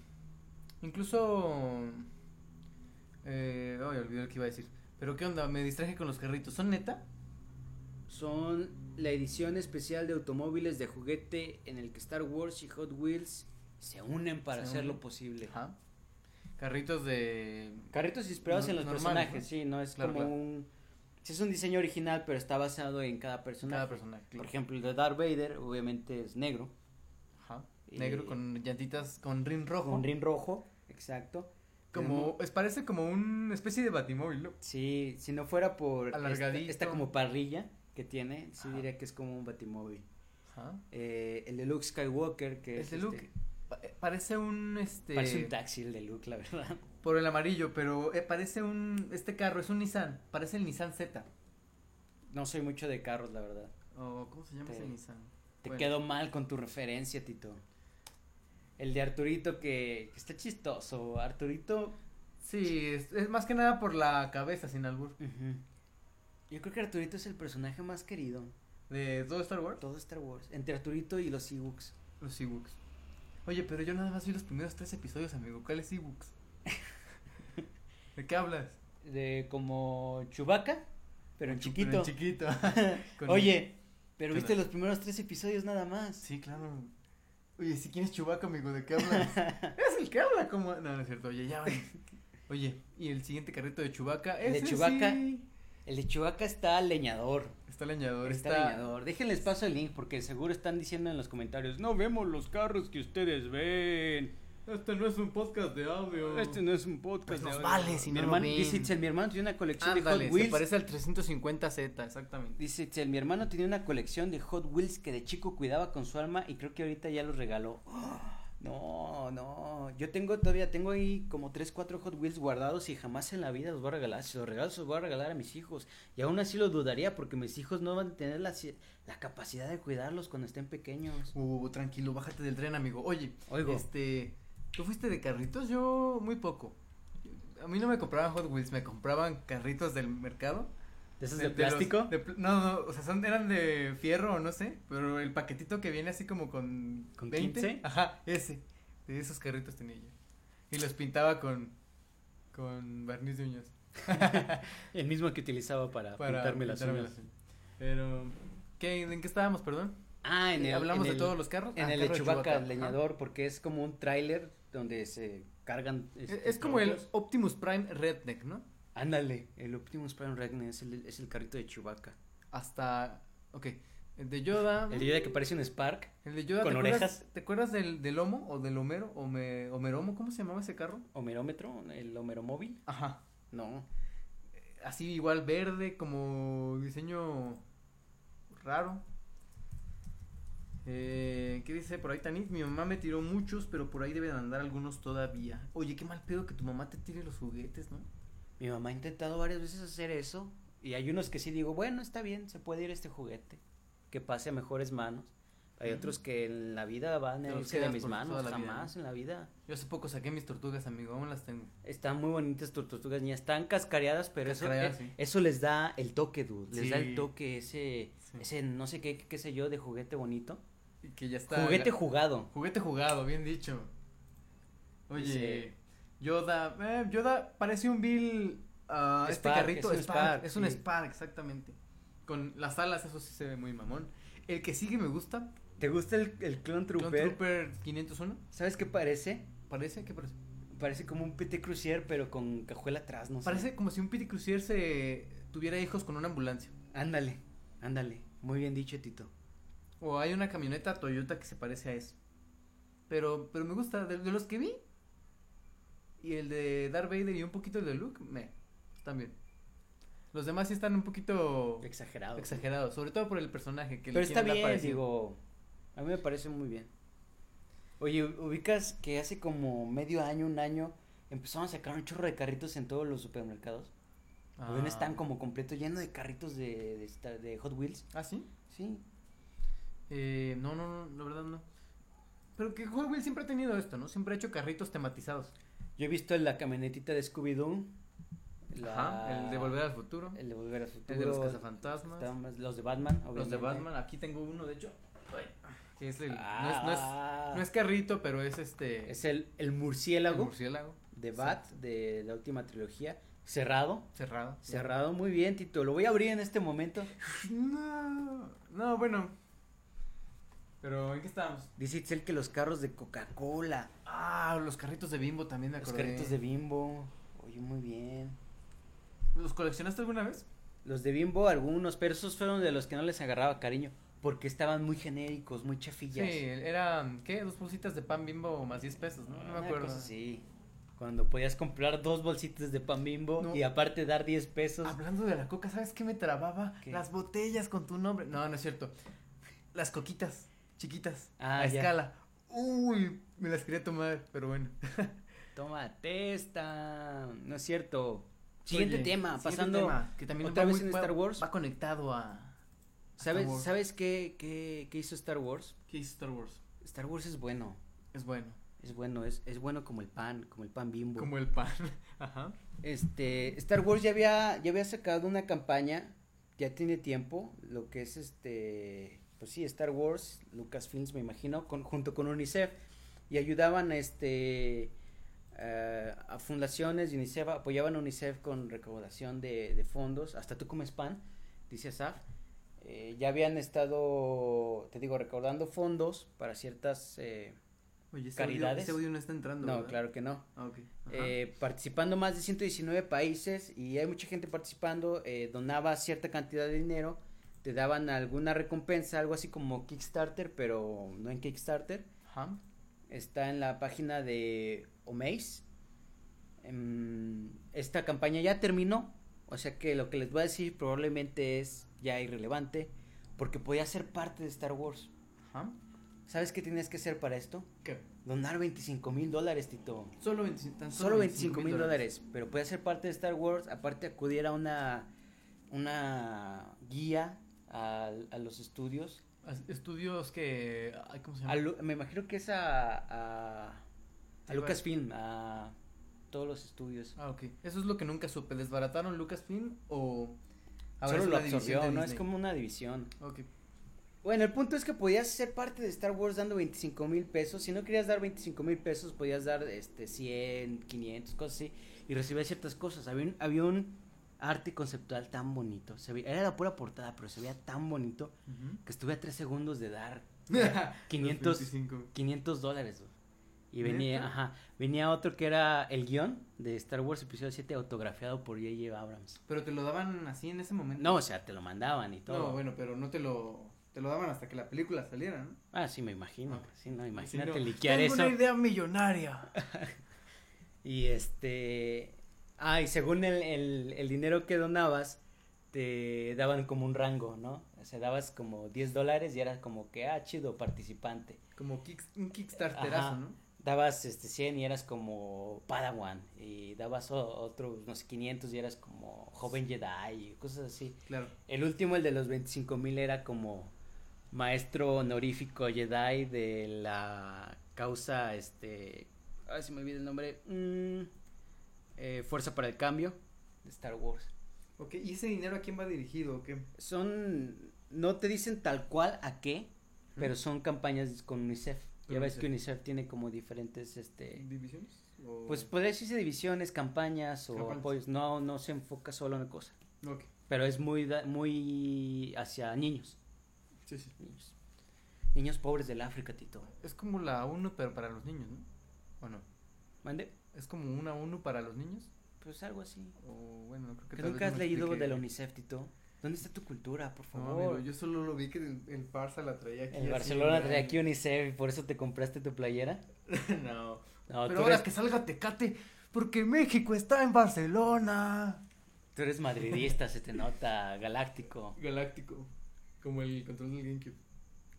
[SPEAKER 1] incluso... Eh, ay, olvidé lo que iba a decir. Pero ¿qué onda? Me distraje con los carritos. ¿Son neta?
[SPEAKER 2] Son la edición especial de automóviles de juguete en el que Star Wars y Hot Wheels se unen para
[SPEAKER 1] Se
[SPEAKER 2] hacerlo
[SPEAKER 1] unen.
[SPEAKER 2] posible.
[SPEAKER 1] Ajá. Carritos de...
[SPEAKER 2] Carritos inspirados
[SPEAKER 1] No-
[SPEAKER 2] en los
[SPEAKER 1] normales,
[SPEAKER 2] personajes,
[SPEAKER 1] ¿no?
[SPEAKER 2] sí, no es
[SPEAKER 1] Claro,
[SPEAKER 2] como
[SPEAKER 1] claro.
[SPEAKER 2] un sí es un diseño original, pero está basado en cada personaje.
[SPEAKER 1] Cada personaje.
[SPEAKER 2] Por ejemplo, el de Darth Vader obviamente es negro,
[SPEAKER 1] Ajá.
[SPEAKER 2] Y-
[SPEAKER 1] Negro con llantitas, con rin rojo.
[SPEAKER 2] con rin rojo, exacto.
[SPEAKER 1] Como, es, parece como una especie de batimóvil, ¿no?
[SPEAKER 2] Sí, si no fuera por esta-
[SPEAKER 1] Alargadito.
[SPEAKER 2] esta, como parrilla que tiene, sí
[SPEAKER 1] Ajá.
[SPEAKER 2] diría que es como un batimóvil.
[SPEAKER 1] Ajá.
[SPEAKER 2] Eh, el de Luke Skywalker, que
[SPEAKER 1] El
[SPEAKER 2] es
[SPEAKER 1] de
[SPEAKER 2] este,
[SPEAKER 1] Luke, pa- eh, parece un, este,
[SPEAKER 2] Parece un taxi el de Luke, la verdad.
[SPEAKER 1] por el amarillo, pero eh, parece un, este carro es un Nissan, parece el Nissan Z.
[SPEAKER 2] No soy mucho de carros, la verdad.
[SPEAKER 1] O, ¿cómo se llama
[SPEAKER 2] Te-
[SPEAKER 1] ese Nissan?
[SPEAKER 2] Te
[SPEAKER 1] Bueno.
[SPEAKER 2] quedo mal con tu referencia, Tito. El de Arturito que, que está chistoso. Arturito.
[SPEAKER 1] Sí, es, es más que nada por la cabeza, sin albur,
[SPEAKER 2] ujú. Yo creo que Arturito es el personaje más querido.
[SPEAKER 1] de todo Star Wars,
[SPEAKER 2] Todo Star Wars. Entre Arturito y los Ewoks.
[SPEAKER 1] los Ewoks. Oye, pero yo nada más vi los primeros tres episodios, amigo, ¿cuáles Ewoks? ¿De qué hablas?
[SPEAKER 2] De como Chewbacca, pero en
[SPEAKER 1] Chu-
[SPEAKER 2] chiquito.
[SPEAKER 1] en chiquito. Con-
[SPEAKER 2] Oye, pero
[SPEAKER 1] con
[SPEAKER 2] viste
[SPEAKER 1] el-
[SPEAKER 2] los primeros tres episodios nada más.
[SPEAKER 1] Sí, claro. Oye, si quieres Chubaca, amigo, ¿de qué hablas? es el que habla como... No, no es cierto, oye, ya. vale. Oye, y el siguiente carrito de Chubaca
[SPEAKER 2] El
[SPEAKER 1] es...
[SPEAKER 2] de Chewbacca.
[SPEAKER 1] Chubaca.
[SPEAKER 2] El de Chewbacca está leñador.
[SPEAKER 1] Está leñador,
[SPEAKER 2] Está,
[SPEAKER 1] está...
[SPEAKER 2] leñador. Déjenles paso el link porque seguro están diciendo en los comentarios, no vemos los carros que ustedes ven.
[SPEAKER 1] Este no es un podcast de audio.
[SPEAKER 2] Este no es un podcast.
[SPEAKER 1] Pues nos
[SPEAKER 2] de-
[SPEAKER 1] vale si
[SPEAKER 2] mi
[SPEAKER 1] no lo
[SPEAKER 2] hermano,
[SPEAKER 1] ven.
[SPEAKER 2] Dice Itzel, mi hermano tiene una colección de
[SPEAKER 1] Ándale,
[SPEAKER 2] Hot
[SPEAKER 1] se
[SPEAKER 2] Wheels.
[SPEAKER 1] parece al 350Z, exactamente.
[SPEAKER 2] Dice Itzel, mi hermano tenía una colección de Hot Wheels que de chico cuidaba con su alma y creo que ahorita ya los regaló. No, no. Yo tengo todavía, tengo ahí como 3, 4 Hot Wheels guardados y jamás en la vida los voy a regalar. Si los regalo, se los voy a regalar a mis hijos. Y aún así los dudaría porque mis hijos no van a tener la, ci- la capacidad de cuidarlos cuando estén pequeños.
[SPEAKER 1] Uh, tranquilo, bájate del tren, amigo. Oye,
[SPEAKER 2] Oigo.
[SPEAKER 1] este, ¿tú fuiste de carritos? Yo muy poco. A mí no me compraban Hot Wheels, me compraban carritos del mercado.
[SPEAKER 2] ¿De esos de,
[SPEAKER 1] los-
[SPEAKER 2] plástico?
[SPEAKER 1] de pl- no, no, o sea, son, eran de fierro o no sé, pero el paquetito que viene así como con,
[SPEAKER 2] ¿Con 15?
[SPEAKER 1] Ajá, ese. De esos carritos tenía yo. Y los pintaba con, con barniz de uñas.
[SPEAKER 2] El mismo que utilizaba para,
[SPEAKER 1] Para
[SPEAKER 2] pintarme las
[SPEAKER 1] pintarme
[SPEAKER 2] uñas.
[SPEAKER 1] las uñas. Pero, ¿qué, ¿en qué estábamos, perdón?
[SPEAKER 2] Ah, en
[SPEAKER 1] Eh,
[SPEAKER 2] el,
[SPEAKER 1] ¿Hablamos
[SPEAKER 2] en
[SPEAKER 1] de
[SPEAKER 2] el-
[SPEAKER 1] todos los carros?
[SPEAKER 2] En
[SPEAKER 1] Ah,
[SPEAKER 2] el
[SPEAKER 1] carro
[SPEAKER 2] de
[SPEAKER 1] de
[SPEAKER 2] Chewbacca,
[SPEAKER 1] Chewbacca,
[SPEAKER 2] el leñador, porque es como un tráiler donde se cargan.
[SPEAKER 1] Es,
[SPEAKER 2] este,
[SPEAKER 1] es como el
[SPEAKER 2] troncos.
[SPEAKER 1] Optimus Prime Redneck, ¿no?
[SPEAKER 2] Ándale, el Optimus Prime Regne es el, es el carrito de Chewbacca.
[SPEAKER 1] Hasta, ok, el de Yoda.
[SPEAKER 2] El día que parece un Spark,
[SPEAKER 1] El de Yoda,
[SPEAKER 2] con
[SPEAKER 1] ¿te acuerdas-
[SPEAKER 2] orejas.
[SPEAKER 1] ¿Te acuerdas del, del Homo o del Homero? o me- Homeromo, ¿cómo se llamaba ese carro?
[SPEAKER 2] Homerómetro, el Homeromóvil.
[SPEAKER 1] Ajá.
[SPEAKER 2] No,
[SPEAKER 1] Así igual verde, como diseño raro. Eh, ¿Qué dice por ahí Tanit? Mi mamá me tiró muchos, pero por ahí deben andar algunos todavía. Oye, qué mal pedo que tu mamá te tire los juguetes, ¿no?
[SPEAKER 2] mi mamá ha intentado varias veces hacer eso. Y hay unos que sí digo, bueno, está bien, se puede ir este juguete. Que pase a mejores manos. Hay
[SPEAKER 1] Ujú.
[SPEAKER 2] otros que en la vida van
[SPEAKER 1] Te
[SPEAKER 2] a
[SPEAKER 1] los
[SPEAKER 2] irse de
[SPEAKER 1] quedas
[SPEAKER 2] mis
[SPEAKER 1] por toda
[SPEAKER 2] manos,
[SPEAKER 1] la vida,
[SPEAKER 2] jamás en la vida.
[SPEAKER 1] Yo hace poco saqué mis tortugas, amigo, aún las tengo.
[SPEAKER 2] Están muy bonitas tus tortugas niñas, están cascareadas, pero eso,
[SPEAKER 1] Cascareadas,
[SPEAKER 2] eh,
[SPEAKER 1] sí.
[SPEAKER 2] eso les da el toque, dude. Les da
[SPEAKER 1] Sí.
[SPEAKER 2] el toque, ese,
[SPEAKER 1] Sí.
[SPEAKER 2] ese no sé qué, qué sé yo, de juguete bonito.
[SPEAKER 1] Y que ya está.
[SPEAKER 2] juguete
[SPEAKER 1] ga-
[SPEAKER 2] jugado.
[SPEAKER 1] juguete jugado, bien dicho. Oye,
[SPEAKER 2] Dice-
[SPEAKER 1] Yoda, eh, Yoda parece un Bill. ah, este
[SPEAKER 2] Spark,
[SPEAKER 1] carrito
[SPEAKER 2] es un Spark,
[SPEAKER 1] es un
[SPEAKER 2] sí.
[SPEAKER 1] Spark, exactamente. Con las alas, eso sí se ve muy mamón. El que sigue me gusta,
[SPEAKER 2] ¿Te gusta el, el clone trooper?
[SPEAKER 1] Clone Trooper 501,
[SPEAKER 2] ¿Sabes qué parece?
[SPEAKER 1] parece, ¿qué parece?
[SPEAKER 2] Parece como un PT Crucier, pero con cajuela atrás, no sé.
[SPEAKER 1] Parece como si un Pity Cruiser se tuviera hijos con una ambulancia.
[SPEAKER 2] Ándale, ándale. Muy bien dicho, Tito.
[SPEAKER 1] O hay una camioneta Toyota que se parece a eso. Pero, pero me gusta, de, de los que vi. Y el de Darth Vader y un poquito el de Luke, me, también. Los demás sí están un poquito
[SPEAKER 2] Exagerado.
[SPEAKER 1] exagerados, sobre todo por el personaje que
[SPEAKER 2] Pero está
[SPEAKER 1] quieren dar
[SPEAKER 2] bien,
[SPEAKER 1] parecido.
[SPEAKER 2] digo. A mí me parece muy bien. Oye, ubicas que hace como medio año, un año, empezaron a sacar un chorro de carritos en todos los supermercados.
[SPEAKER 1] Ah.
[SPEAKER 2] Había un stand como completo lleno de carritos de, de, Star- de Hot Wheels.
[SPEAKER 1] ¿Ah, sí?
[SPEAKER 2] Sí.
[SPEAKER 1] Eh, no, no, no, la verdad no. Pero que Hot Wheels siempre ha tenido esto, ¿no? Siempre ha hecho carritos tematizados.
[SPEAKER 2] Yo he visto la camionetita de Scooby-Doo.
[SPEAKER 1] Ajá, el de Volver al Futuro.
[SPEAKER 2] El de Volver al Futuro.
[SPEAKER 1] El de los cazafantasmas.
[SPEAKER 2] Está ¿eh? más- Los de Batman,
[SPEAKER 1] Los de
[SPEAKER 2] obviamente.
[SPEAKER 1] Batman, aquí tengo uno, de hecho. Ay, que es el- no es- no es-
[SPEAKER 2] Ah,
[SPEAKER 1] No es carrito, pero es este.
[SPEAKER 2] es el, el
[SPEAKER 1] el
[SPEAKER 2] murciélago
[SPEAKER 1] murciélago.
[SPEAKER 2] de Bat, de la última trilogía. Cerrado.
[SPEAKER 1] Cerrado.
[SPEAKER 2] Cerrado, muy bien, Tito. Lo voy a abrir en este momento.
[SPEAKER 1] No. No, bueno. Pero, ¿en qué estábamos?
[SPEAKER 2] Dice Itzel que los carros de Coca-Cola,
[SPEAKER 1] Ah, los carritos de bimbo también me
[SPEAKER 2] los
[SPEAKER 1] acordé.
[SPEAKER 2] carritos de Bimbo. Oye, muy bien.
[SPEAKER 1] ¿Los coleccionaste alguna vez?
[SPEAKER 2] Los de Bimbo, algunos, pero esos fueron de los que no les agarraba cariño. Porque estaban muy genéricos, muy
[SPEAKER 1] Sí,
[SPEAKER 2] chafillas.
[SPEAKER 1] eran, ¿qué? Dos bolsitas de pan bimbo más 10 pesos, ¿no? No me
[SPEAKER 2] Una
[SPEAKER 1] acuerdo.
[SPEAKER 2] cosa así. Cuando podías comprar dos bolsitas de pan bimbo
[SPEAKER 1] No.
[SPEAKER 2] y aparte dar 10 pesos.
[SPEAKER 1] Hablando de la coca, ¿sabes qué me trababa?
[SPEAKER 2] ¿Qué?
[SPEAKER 1] Las botellas con tu nombre. No, no es cierto. Las coquitas, chiquitas,
[SPEAKER 2] Ah,
[SPEAKER 1] a
[SPEAKER 2] ya.
[SPEAKER 1] escala. Uy, me las quería tomar, pero bueno.
[SPEAKER 2] Toma testa. No es cierto. Siguiente
[SPEAKER 1] Oye,
[SPEAKER 2] tema,
[SPEAKER 1] siguiente
[SPEAKER 2] pasando.
[SPEAKER 1] tema, que también
[SPEAKER 2] otra
[SPEAKER 1] va
[SPEAKER 2] vez
[SPEAKER 1] muy-
[SPEAKER 2] en
[SPEAKER 1] va-
[SPEAKER 2] Star Wars.
[SPEAKER 1] Va conectado a.
[SPEAKER 2] ¿Sabes,
[SPEAKER 1] Star Wars.
[SPEAKER 2] ¿sabes qué, qué, qué hizo Star Wars?
[SPEAKER 1] ¿Qué hizo Star Wars?
[SPEAKER 2] Star Wars es bueno.
[SPEAKER 1] Es bueno.
[SPEAKER 2] Es bueno, es, es bueno como el pan, como el pan bimbo.
[SPEAKER 1] Como el pan. Ajá.
[SPEAKER 2] Este, Star Wars ya había, ya había sacado una campaña, ya tiene tiempo, lo que es este, pues sí, Star Wars, Lucasfilms me imagino, con, junto con UNICEF, y ayudaban este, eh, a fundaciones de UNICEF, apoyaban a UNICEF con recaudación de, de fondos, hasta tú comes pan, dice Asaf, eh, ya habían estado, te digo, recaudando fondos para ciertas, eh,
[SPEAKER 1] Oye, ese audio,
[SPEAKER 2] Caridades.
[SPEAKER 1] ese audio no está entrando.
[SPEAKER 2] no,
[SPEAKER 1] ¿verdad?
[SPEAKER 2] claro que no,
[SPEAKER 1] Ah, ok. Ajá.
[SPEAKER 2] eh, participando más de 119 países y hay mucha gente participando, eh, donaba cierta cantidad de dinero, te daban alguna recompensa, algo así como Kickstarter, pero no en Kickstarter.
[SPEAKER 1] Ajá.
[SPEAKER 2] Está en la página de Omaze. Em, esta campaña ya terminó, o sea que lo que les voy a decir probablemente es ya irrelevante, porque podía ser parte de Star Wars.
[SPEAKER 1] Ajá.
[SPEAKER 2] ¿Sabes qué tienes que hacer para esto?
[SPEAKER 1] ¿Qué?
[SPEAKER 2] Donar 25 mil dólares, Tito.
[SPEAKER 1] Solo 25, tan
[SPEAKER 2] Solo 25 mil dólares, pero puede ser parte de Star Wars, aparte acudir a una, una guía a, a los estudios.
[SPEAKER 1] As- Estudios que. ay, ¿Cómo se llama?
[SPEAKER 2] A Lu- me imagino que es a, a, a
[SPEAKER 1] Sí, va.
[SPEAKER 2] Lucasfilm, a todos los estudios.
[SPEAKER 1] Ah, ok. Eso es lo que nunca supe. ¿Desbarataron Lucasfilm o.? ahora
[SPEAKER 2] Solo
[SPEAKER 1] es
[SPEAKER 2] lo
[SPEAKER 1] una división
[SPEAKER 2] absorbió,
[SPEAKER 1] de
[SPEAKER 2] ¿no? Es
[SPEAKER 1] Disney?
[SPEAKER 2] como una división.
[SPEAKER 1] Ok.
[SPEAKER 2] Bueno, el punto es que podías ser parte de Star Wars dando 25 mil pesos. Si no querías dar 25 mil pesos, podías dar este 100, 500, cosas así. Y recibías ciertas cosas. Había un, había un arte conceptual tan bonito. Se veía- era la pura portada, pero se veía tan bonito que estuve a 3 segundos de dar 500,
[SPEAKER 1] 25.
[SPEAKER 2] 500 dólares. güey. Y venía,
[SPEAKER 1] ¿Neta?
[SPEAKER 2] ajá, venía otro que era el guión de Star Wars Episodio 7 autografiado por J.J. Abrams.
[SPEAKER 1] Pero te lo daban así en ese momento.
[SPEAKER 2] No, o sea, te lo mandaban y todo.
[SPEAKER 1] No, bueno, pero no te lo. Te lo daban hasta que la película saliera, ¿no?
[SPEAKER 2] Ah, sí, me imagino.
[SPEAKER 1] Ok.
[SPEAKER 2] Sí, no, imagínate
[SPEAKER 1] Si no,
[SPEAKER 2] liquear
[SPEAKER 1] Tengo
[SPEAKER 2] eso.
[SPEAKER 1] una idea millonaria.
[SPEAKER 2] Y este. Ah, y según el, el, el dinero que donabas, te daban como un rango, ¿no? O sea, dabas como 10 dólares y eras como que, ah, chido, participante.
[SPEAKER 1] Como kicks- un Kickstarterazo,
[SPEAKER 2] Ajá.
[SPEAKER 1] ¿no?
[SPEAKER 2] Dabas este 100 y eras como Padawan. Y dabas o- otros, unos 500 y eras como joven Jedi y cosas así.
[SPEAKER 1] Claro.
[SPEAKER 2] El último, el de los 25 mil, era como maestro honorífico Jedi de la causa, este, ay, se me olvida el nombre, mm, eh, Fuerza para el Cambio de Star Wars.
[SPEAKER 1] Ok, ¿y ese dinero a quién va dirigido o qué?
[SPEAKER 2] Son, no te dicen tal cual a qué, pero
[SPEAKER 1] Ujú.
[SPEAKER 2] son campañas con UNICEF. Ya
[SPEAKER 1] Con
[SPEAKER 2] ves
[SPEAKER 1] UNICEF.
[SPEAKER 2] que UNICEF tiene como diferentes, este,
[SPEAKER 1] ¿Divisiones? O-
[SPEAKER 2] pues podría decirse divisiones, campañas o
[SPEAKER 1] Campañas.
[SPEAKER 2] apoyos. No, no se enfoca solo en una cosa,
[SPEAKER 1] Ok,
[SPEAKER 2] pero es muy, da- muy hacia niños.
[SPEAKER 1] sí, sí.
[SPEAKER 2] Niños. Niños pobres del África, Tito.
[SPEAKER 1] Es como la ONU, pero para los niños, ¿no? ¿O no?
[SPEAKER 2] ¿Mande?
[SPEAKER 1] ¿Es como una ONU para los niños?
[SPEAKER 2] Pues algo así.
[SPEAKER 1] O bueno, creo que
[SPEAKER 2] Que
[SPEAKER 1] tal
[SPEAKER 2] nunca
[SPEAKER 1] vez
[SPEAKER 2] has
[SPEAKER 1] no me
[SPEAKER 2] leído
[SPEAKER 1] expliqué.
[SPEAKER 2] de la UNICEF, Tito. ¿Dónde está tu cultura, por
[SPEAKER 1] No,
[SPEAKER 2] favor?
[SPEAKER 1] amigo, yo solo lo vi que el, el Barça la traía aquí.
[SPEAKER 2] El
[SPEAKER 1] así,
[SPEAKER 2] Barcelona
[SPEAKER 1] ¿no?
[SPEAKER 2] trae aquí UNICEF y por eso te compraste tu playera.
[SPEAKER 1] no.
[SPEAKER 2] No,
[SPEAKER 1] Pero
[SPEAKER 2] tú,
[SPEAKER 1] ahora
[SPEAKER 2] eres,
[SPEAKER 1] que salga Tecate, porque México está en Barcelona.
[SPEAKER 2] tú eres madridista, se te nota, galáctico.
[SPEAKER 1] Galáctico, como el control del GameCube.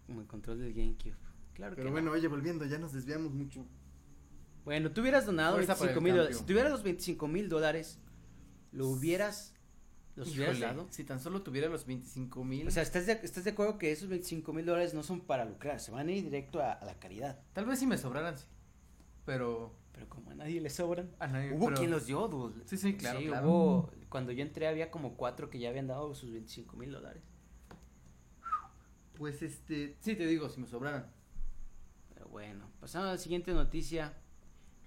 [SPEAKER 2] Como el control del GameCube. Claro que
[SPEAKER 1] Pero
[SPEAKER 2] no.
[SPEAKER 1] bueno, oye, volviendo, ya nos desviamos mucho.
[SPEAKER 2] Bueno, tú hubieras donado
[SPEAKER 1] Fuerza para el
[SPEAKER 2] 25 mil dólares.
[SPEAKER 1] cambio.
[SPEAKER 2] Si tuvieras los 25 mil dólares, lo hubieras. ¿Los hubieras
[SPEAKER 1] Híjole,
[SPEAKER 2] dado?
[SPEAKER 1] Si tan solo tuviera los 25 mil.
[SPEAKER 2] O sea, ¿estás de, estás de acuerdo que esos 25 mil dólares no son para lucrar? Se van a ir directo a- a la caridad.
[SPEAKER 1] tal vez si me sobraran, sí. Pero.
[SPEAKER 2] Pero como a nadie le sobran.
[SPEAKER 1] a nadie-
[SPEAKER 2] Hubo
[SPEAKER 1] pero-
[SPEAKER 2] quien los dio, dude.
[SPEAKER 1] Sí, sí, claro.
[SPEAKER 2] Sí,
[SPEAKER 1] claro.
[SPEAKER 2] hubo- Cuando yo entré había como cuatro que ya habían dado sus 25 mil dólares.
[SPEAKER 1] Pues este. Sí, te digo, si me sobraran.
[SPEAKER 2] Pero bueno, pasando a la siguiente noticia.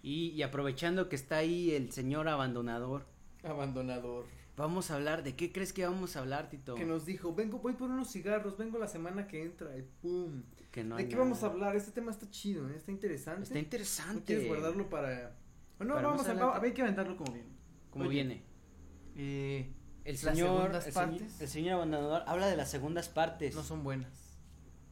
[SPEAKER 2] Y, y aprovechando que está ahí el señor abandonador,
[SPEAKER 1] Abandonador.
[SPEAKER 2] vamos a hablar de qué crees que vamos a hablar, Tito.
[SPEAKER 1] Que nos dijo, vengo, voy por unos cigarros, vengo la semana que entra y pum.
[SPEAKER 2] Que no
[SPEAKER 1] ¿De
[SPEAKER 2] hay
[SPEAKER 1] qué
[SPEAKER 2] nada.
[SPEAKER 1] vamos a hablar? Este tema está chido, ¿eh? está interesante.
[SPEAKER 2] Está
[SPEAKER 1] ¿No
[SPEAKER 2] interesante.
[SPEAKER 1] quieres guardarlo para.? O no,
[SPEAKER 2] Para
[SPEAKER 1] vamos
[SPEAKER 2] más
[SPEAKER 1] a,
[SPEAKER 2] adelante.
[SPEAKER 1] a ver, hay que aventarlo como bien.
[SPEAKER 2] Como
[SPEAKER 1] Oye.
[SPEAKER 2] viene.
[SPEAKER 1] Eh,
[SPEAKER 2] El
[SPEAKER 1] las
[SPEAKER 2] señor,
[SPEAKER 1] segundas
[SPEAKER 2] el,
[SPEAKER 1] partes.
[SPEAKER 2] señor, el señor abandonador habla de las segundas partes
[SPEAKER 1] no son buenas.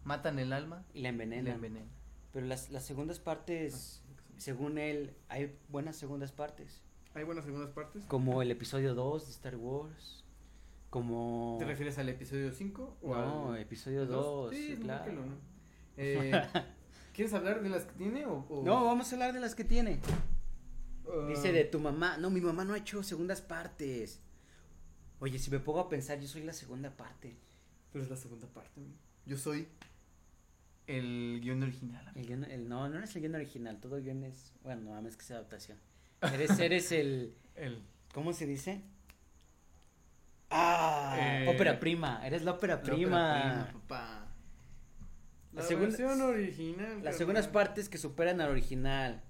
[SPEAKER 1] Matan el alma
[SPEAKER 2] y la
[SPEAKER 1] y
[SPEAKER 2] envenenan.
[SPEAKER 1] la envenenan.
[SPEAKER 2] Pero las, las segundas partes
[SPEAKER 1] Ah,
[SPEAKER 2] según él, hay buenas segundas partes.
[SPEAKER 1] Hay buenas segundas partes.
[SPEAKER 2] Como el episodio 2 de Star Wars. Como.
[SPEAKER 1] ¿Te refieres al episodio 5 o
[SPEAKER 2] No,
[SPEAKER 1] al
[SPEAKER 2] episodio
[SPEAKER 1] dos?
[SPEAKER 2] 2.
[SPEAKER 1] Sí, es muy
[SPEAKER 2] claro.
[SPEAKER 1] tranquilo, ¿no? Eh, ¿Quieres hablar de las que tiene o, o-
[SPEAKER 2] No, vamos a hablar de las que tiene.
[SPEAKER 1] Ah,
[SPEAKER 2] Dice de tu mamá. No, mi mamá no ha hecho segundas partes. Oye, si me pongo a pensar, yo soy la segunda parte.
[SPEAKER 1] Pero es la segunda parte, amigo. Yo soy el guión original. amigo.
[SPEAKER 2] El guion- el- no, no eres el guión original. Todo guión es. Bueno, no mames que sea adaptación. Eres, eres el.
[SPEAKER 1] El.
[SPEAKER 2] ¿Cómo se dice? Ah,
[SPEAKER 1] Eh,
[SPEAKER 2] ópera prima. Eres la ópera
[SPEAKER 1] la ópera
[SPEAKER 2] prima.
[SPEAKER 1] prima, papá. La,
[SPEAKER 2] La segunda-
[SPEAKER 1] versión original.
[SPEAKER 2] Las
[SPEAKER 1] carnal.
[SPEAKER 2] segundas partes que superan al original.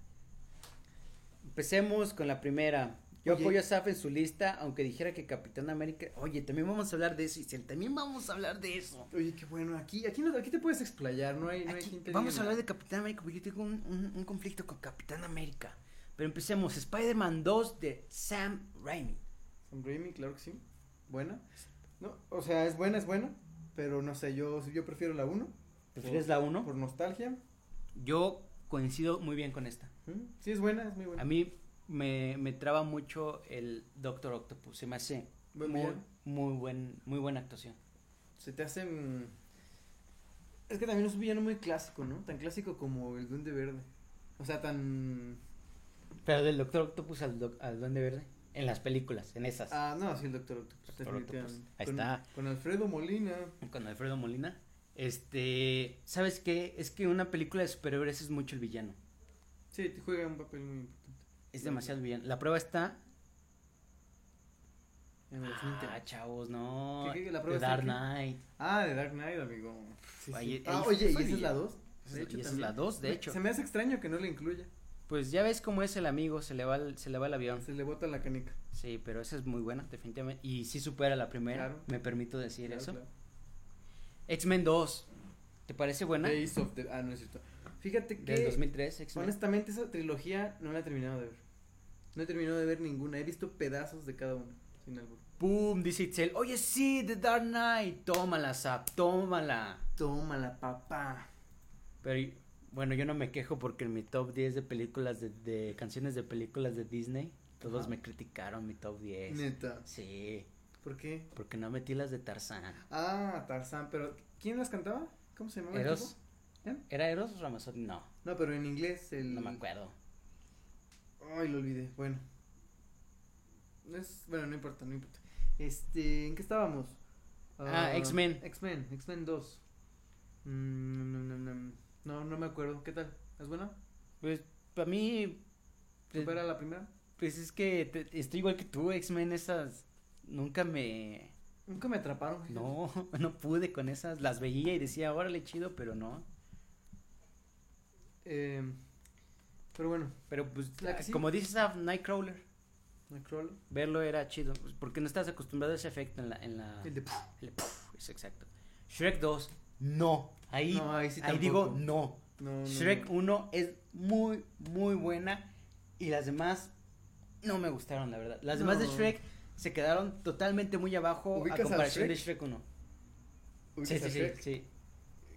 [SPEAKER 2] Empecemos con la primera. Yo
[SPEAKER 1] Oye.
[SPEAKER 2] apoyo a Saf en su lista, aunque dijera que Capitán América. Oye, también vamos a hablar de eso, Isel. También vamos a hablar de eso.
[SPEAKER 1] Oye, qué bueno. Aquí, aquí, no- aquí te puedes explayar, no hay, no hay
[SPEAKER 2] Aquí-
[SPEAKER 1] quien te
[SPEAKER 2] vamos a
[SPEAKER 1] diga
[SPEAKER 2] hablar de
[SPEAKER 1] nada.
[SPEAKER 2] Capitán América porque yo tengo un, un- un conflicto con Capitán América. Pero empecemos. Spider-Man 2 de Sam Raimi.
[SPEAKER 1] Sam Raimi, claro que sí. Buena. No, o sea, es buena, es buena. Pero no sé, yo, yo prefiero la 1.
[SPEAKER 2] ¿Prefieres la 1?
[SPEAKER 1] Por nostalgia.
[SPEAKER 2] Yo coincido muy bien con esta.
[SPEAKER 1] ¿Mm? Sí, es buena, es muy buena.
[SPEAKER 2] A mí me, me traba mucho el Doctor Octopus. Se me hace
[SPEAKER 1] Buen
[SPEAKER 2] muy,
[SPEAKER 1] villano.
[SPEAKER 2] muy buen, muy buena actuación.
[SPEAKER 1] Se te hace. mm, Es que también es un villano muy clásico, ¿no? Tan clásico como el Duende Verde. O sea, tan.
[SPEAKER 2] Pero del Doctor Octopus al, doc- al Duende Verde. En las películas, en esas.
[SPEAKER 1] Ah, no, sí, el Doctor Octopus.
[SPEAKER 2] Doctor Octopus.
[SPEAKER 1] definitivamente.
[SPEAKER 2] Ahí
[SPEAKER 1] Con-
[SPEAKER 2] está.
[SPEAKER 1] Con Alfredo Molina.
[SPEAKER 2] Con Alfredo Molina. Este, ¿sabes qué? Es que una película de superhéroes es mucho el villano.
[SPEAKER 1] Sí, te juega un papel muy importante.
[SPEAKER 2] Es
[SPEAKER 1] Ujú.
[SPEAKER 2] demasiado villano. La prueba está.
[SPEAKER 1] En el
[SPEAKER 2] Ah,
[SPEAKER 1] 2000.
[SPEAKER 2] chavos, no.
[SPEAKER 1] ¿Qué, qué, qué? ¿La
[SPEAKER 2] The
[SPEAKER 1] prueba está
[SPEAKER 2] Dark
[SPEAKER 1] aquí?
[SPEAKER 2] Knight.
[SPEAKER 1] Ah, de Dark Knight, amigo. Sí, sí.
[SPEAKER 2] Ahí-
[SPEAKER 1] Ah,
[SPEAKER 2] ahí
[SPEAKER 1] oye, ¿y
[SPEAKER 2] fue
[SPEAKER 1] esa es la
[SPEAKER 2] bien.
[SPEAKER 1] 2?
[SPEAKER 2] pues, Y esa es la 2, de hecho.
[SPEAKER 1] Se me hace extraño que no le incluya.
[SPEAKER 2] Pues ya ves cómo es el amigo, se le va el, se le va el avión.
[SPEAKER 1] Se le bota la canica.
[SPEAKER 2] Sí, pero esa es muy buena, definitivamente. Y sí supera la primera,
[SPEAKER 1] Claro.
[SPEAKER 2] me permito decir
[SPEAKER 1] Claro,
[SPEAKER 2] eso.
[SPEAKER 1] claro.
[SPEAKER 2] X-Men 2, ¿te parece buena?
[SPEAKER 1] Days of the- Ah, no es cierto. Fíjate que.
[SPEAKER 2] Del 2003, X-Men.
[SPEAKER 1] Honestamente, esa trilogía no la he terminado de ver. No he terminado de ver ninguna. He visto pedazos de cada una. Sin albur.
[SPEAKER 2] ¡Pum! Dice Itzel. Oye, sí, The Dark Knight. Tómala, Zap, tómala.
[SPEAKER 1] Tómala, papá.
[SPEAKER 2] Pero y- bueno, yo no me quejo porque en mi top 10 de películas, de, de canciones de películas de Disney, todos
[SPEAKER 1] Ajá.
[SPEAKER 2] me criticaron mi top 10.
[SPEAKER 1] Neta.
[SPEAKER 2] Sí,
[SPEAKER 1] ¿Por qué?
[SPEAKER 2] porque no metí las de Tarzán.
[SPEAKER 1] Ah, Tarzán. Pero, ¿quién las cantaba? ¿Cómo se llamaba? el
[SPEAKER 2] Eros.
[SPEAKER 1] tipo? ¿Eh?
[SPEAKER 2] ¿Era Eros Ramazzotti? No,
[SPEAKER 1] No, pero en inglés. El...
[SPEAKER 2] no me acuerdo.
[SPEAKER 1] Ay, lo olvidé. Bueno. No es... Bueno, no importa, no importa. Este, ¿en qué estábamos?
[SPEAKER 2] Ah, X-Men.
[SPEAKER 1] X-Men, X-Men 2. Mm, no, no, no, no. No, no me acuerdo. ¿Qué tal? ¿Es buena?
[SPEAKER 2] Pues para mí... pues,
[SPEAKER 1] ¿Supera la primera?
[SPEAKER 2] Pues es que te- estoy igual que tú, X-Men, esas nunca me...
[SPEAKER 1] Nunca me atraparon. fíjate.
[SPEAKER 2] No, no pude con esas, las veía y decía, órale, chido, pero no.
[SPEAKER 1] Eh, pero bueno,
[SPEAKER 2] Pero pues,
[SPEAKER 1] La que
[SPEAKER 2] ah,
[SPEAKER 1] sí.
[SPEAKER 2] como dices a Nightcrawler,
[SPEAKER 1] Nightcrawler.
[SPEAKER 2] verlo era chido, pues, porque no estás acostumbrado a ese efecto en la... En la
[SPEAKER 1] El de
[SPEAKER 2] el- puf, es exacto. Shrek 2, no, ahí,
[SPEAKER 1] No, ahí sí
[SPEAKER 2] ahí digo
[SPEAKER 1] tampoco.
[SPEAKER 2] no.
[SPEAKER 1] No, no,
[SPEAKER 2] Shrek
[SPEAKER 1] no.
[SPEAKER 2] 1 es muy, muy buena y las demás no me gustaron, la verdad. Las demás de
[SPEAKER 1] No.
[SPEAKER 2] Shrek se quedaron totalmente muy abajo a
[SPEAKER 1] ¿Ubicas a
[SPEAKER 2] comparación
[SPEAKER 1] Shrek?
[SPEAKER 2] de Shrek 1.
[SPEAKER 1] Ubicas
[SPEAKER 2] Sí,
[SPEAKER 1] a
[SPEAKER 2] sí, sí,
[SPEAKER 1] Shrek.
[SPEAKER 2] sí.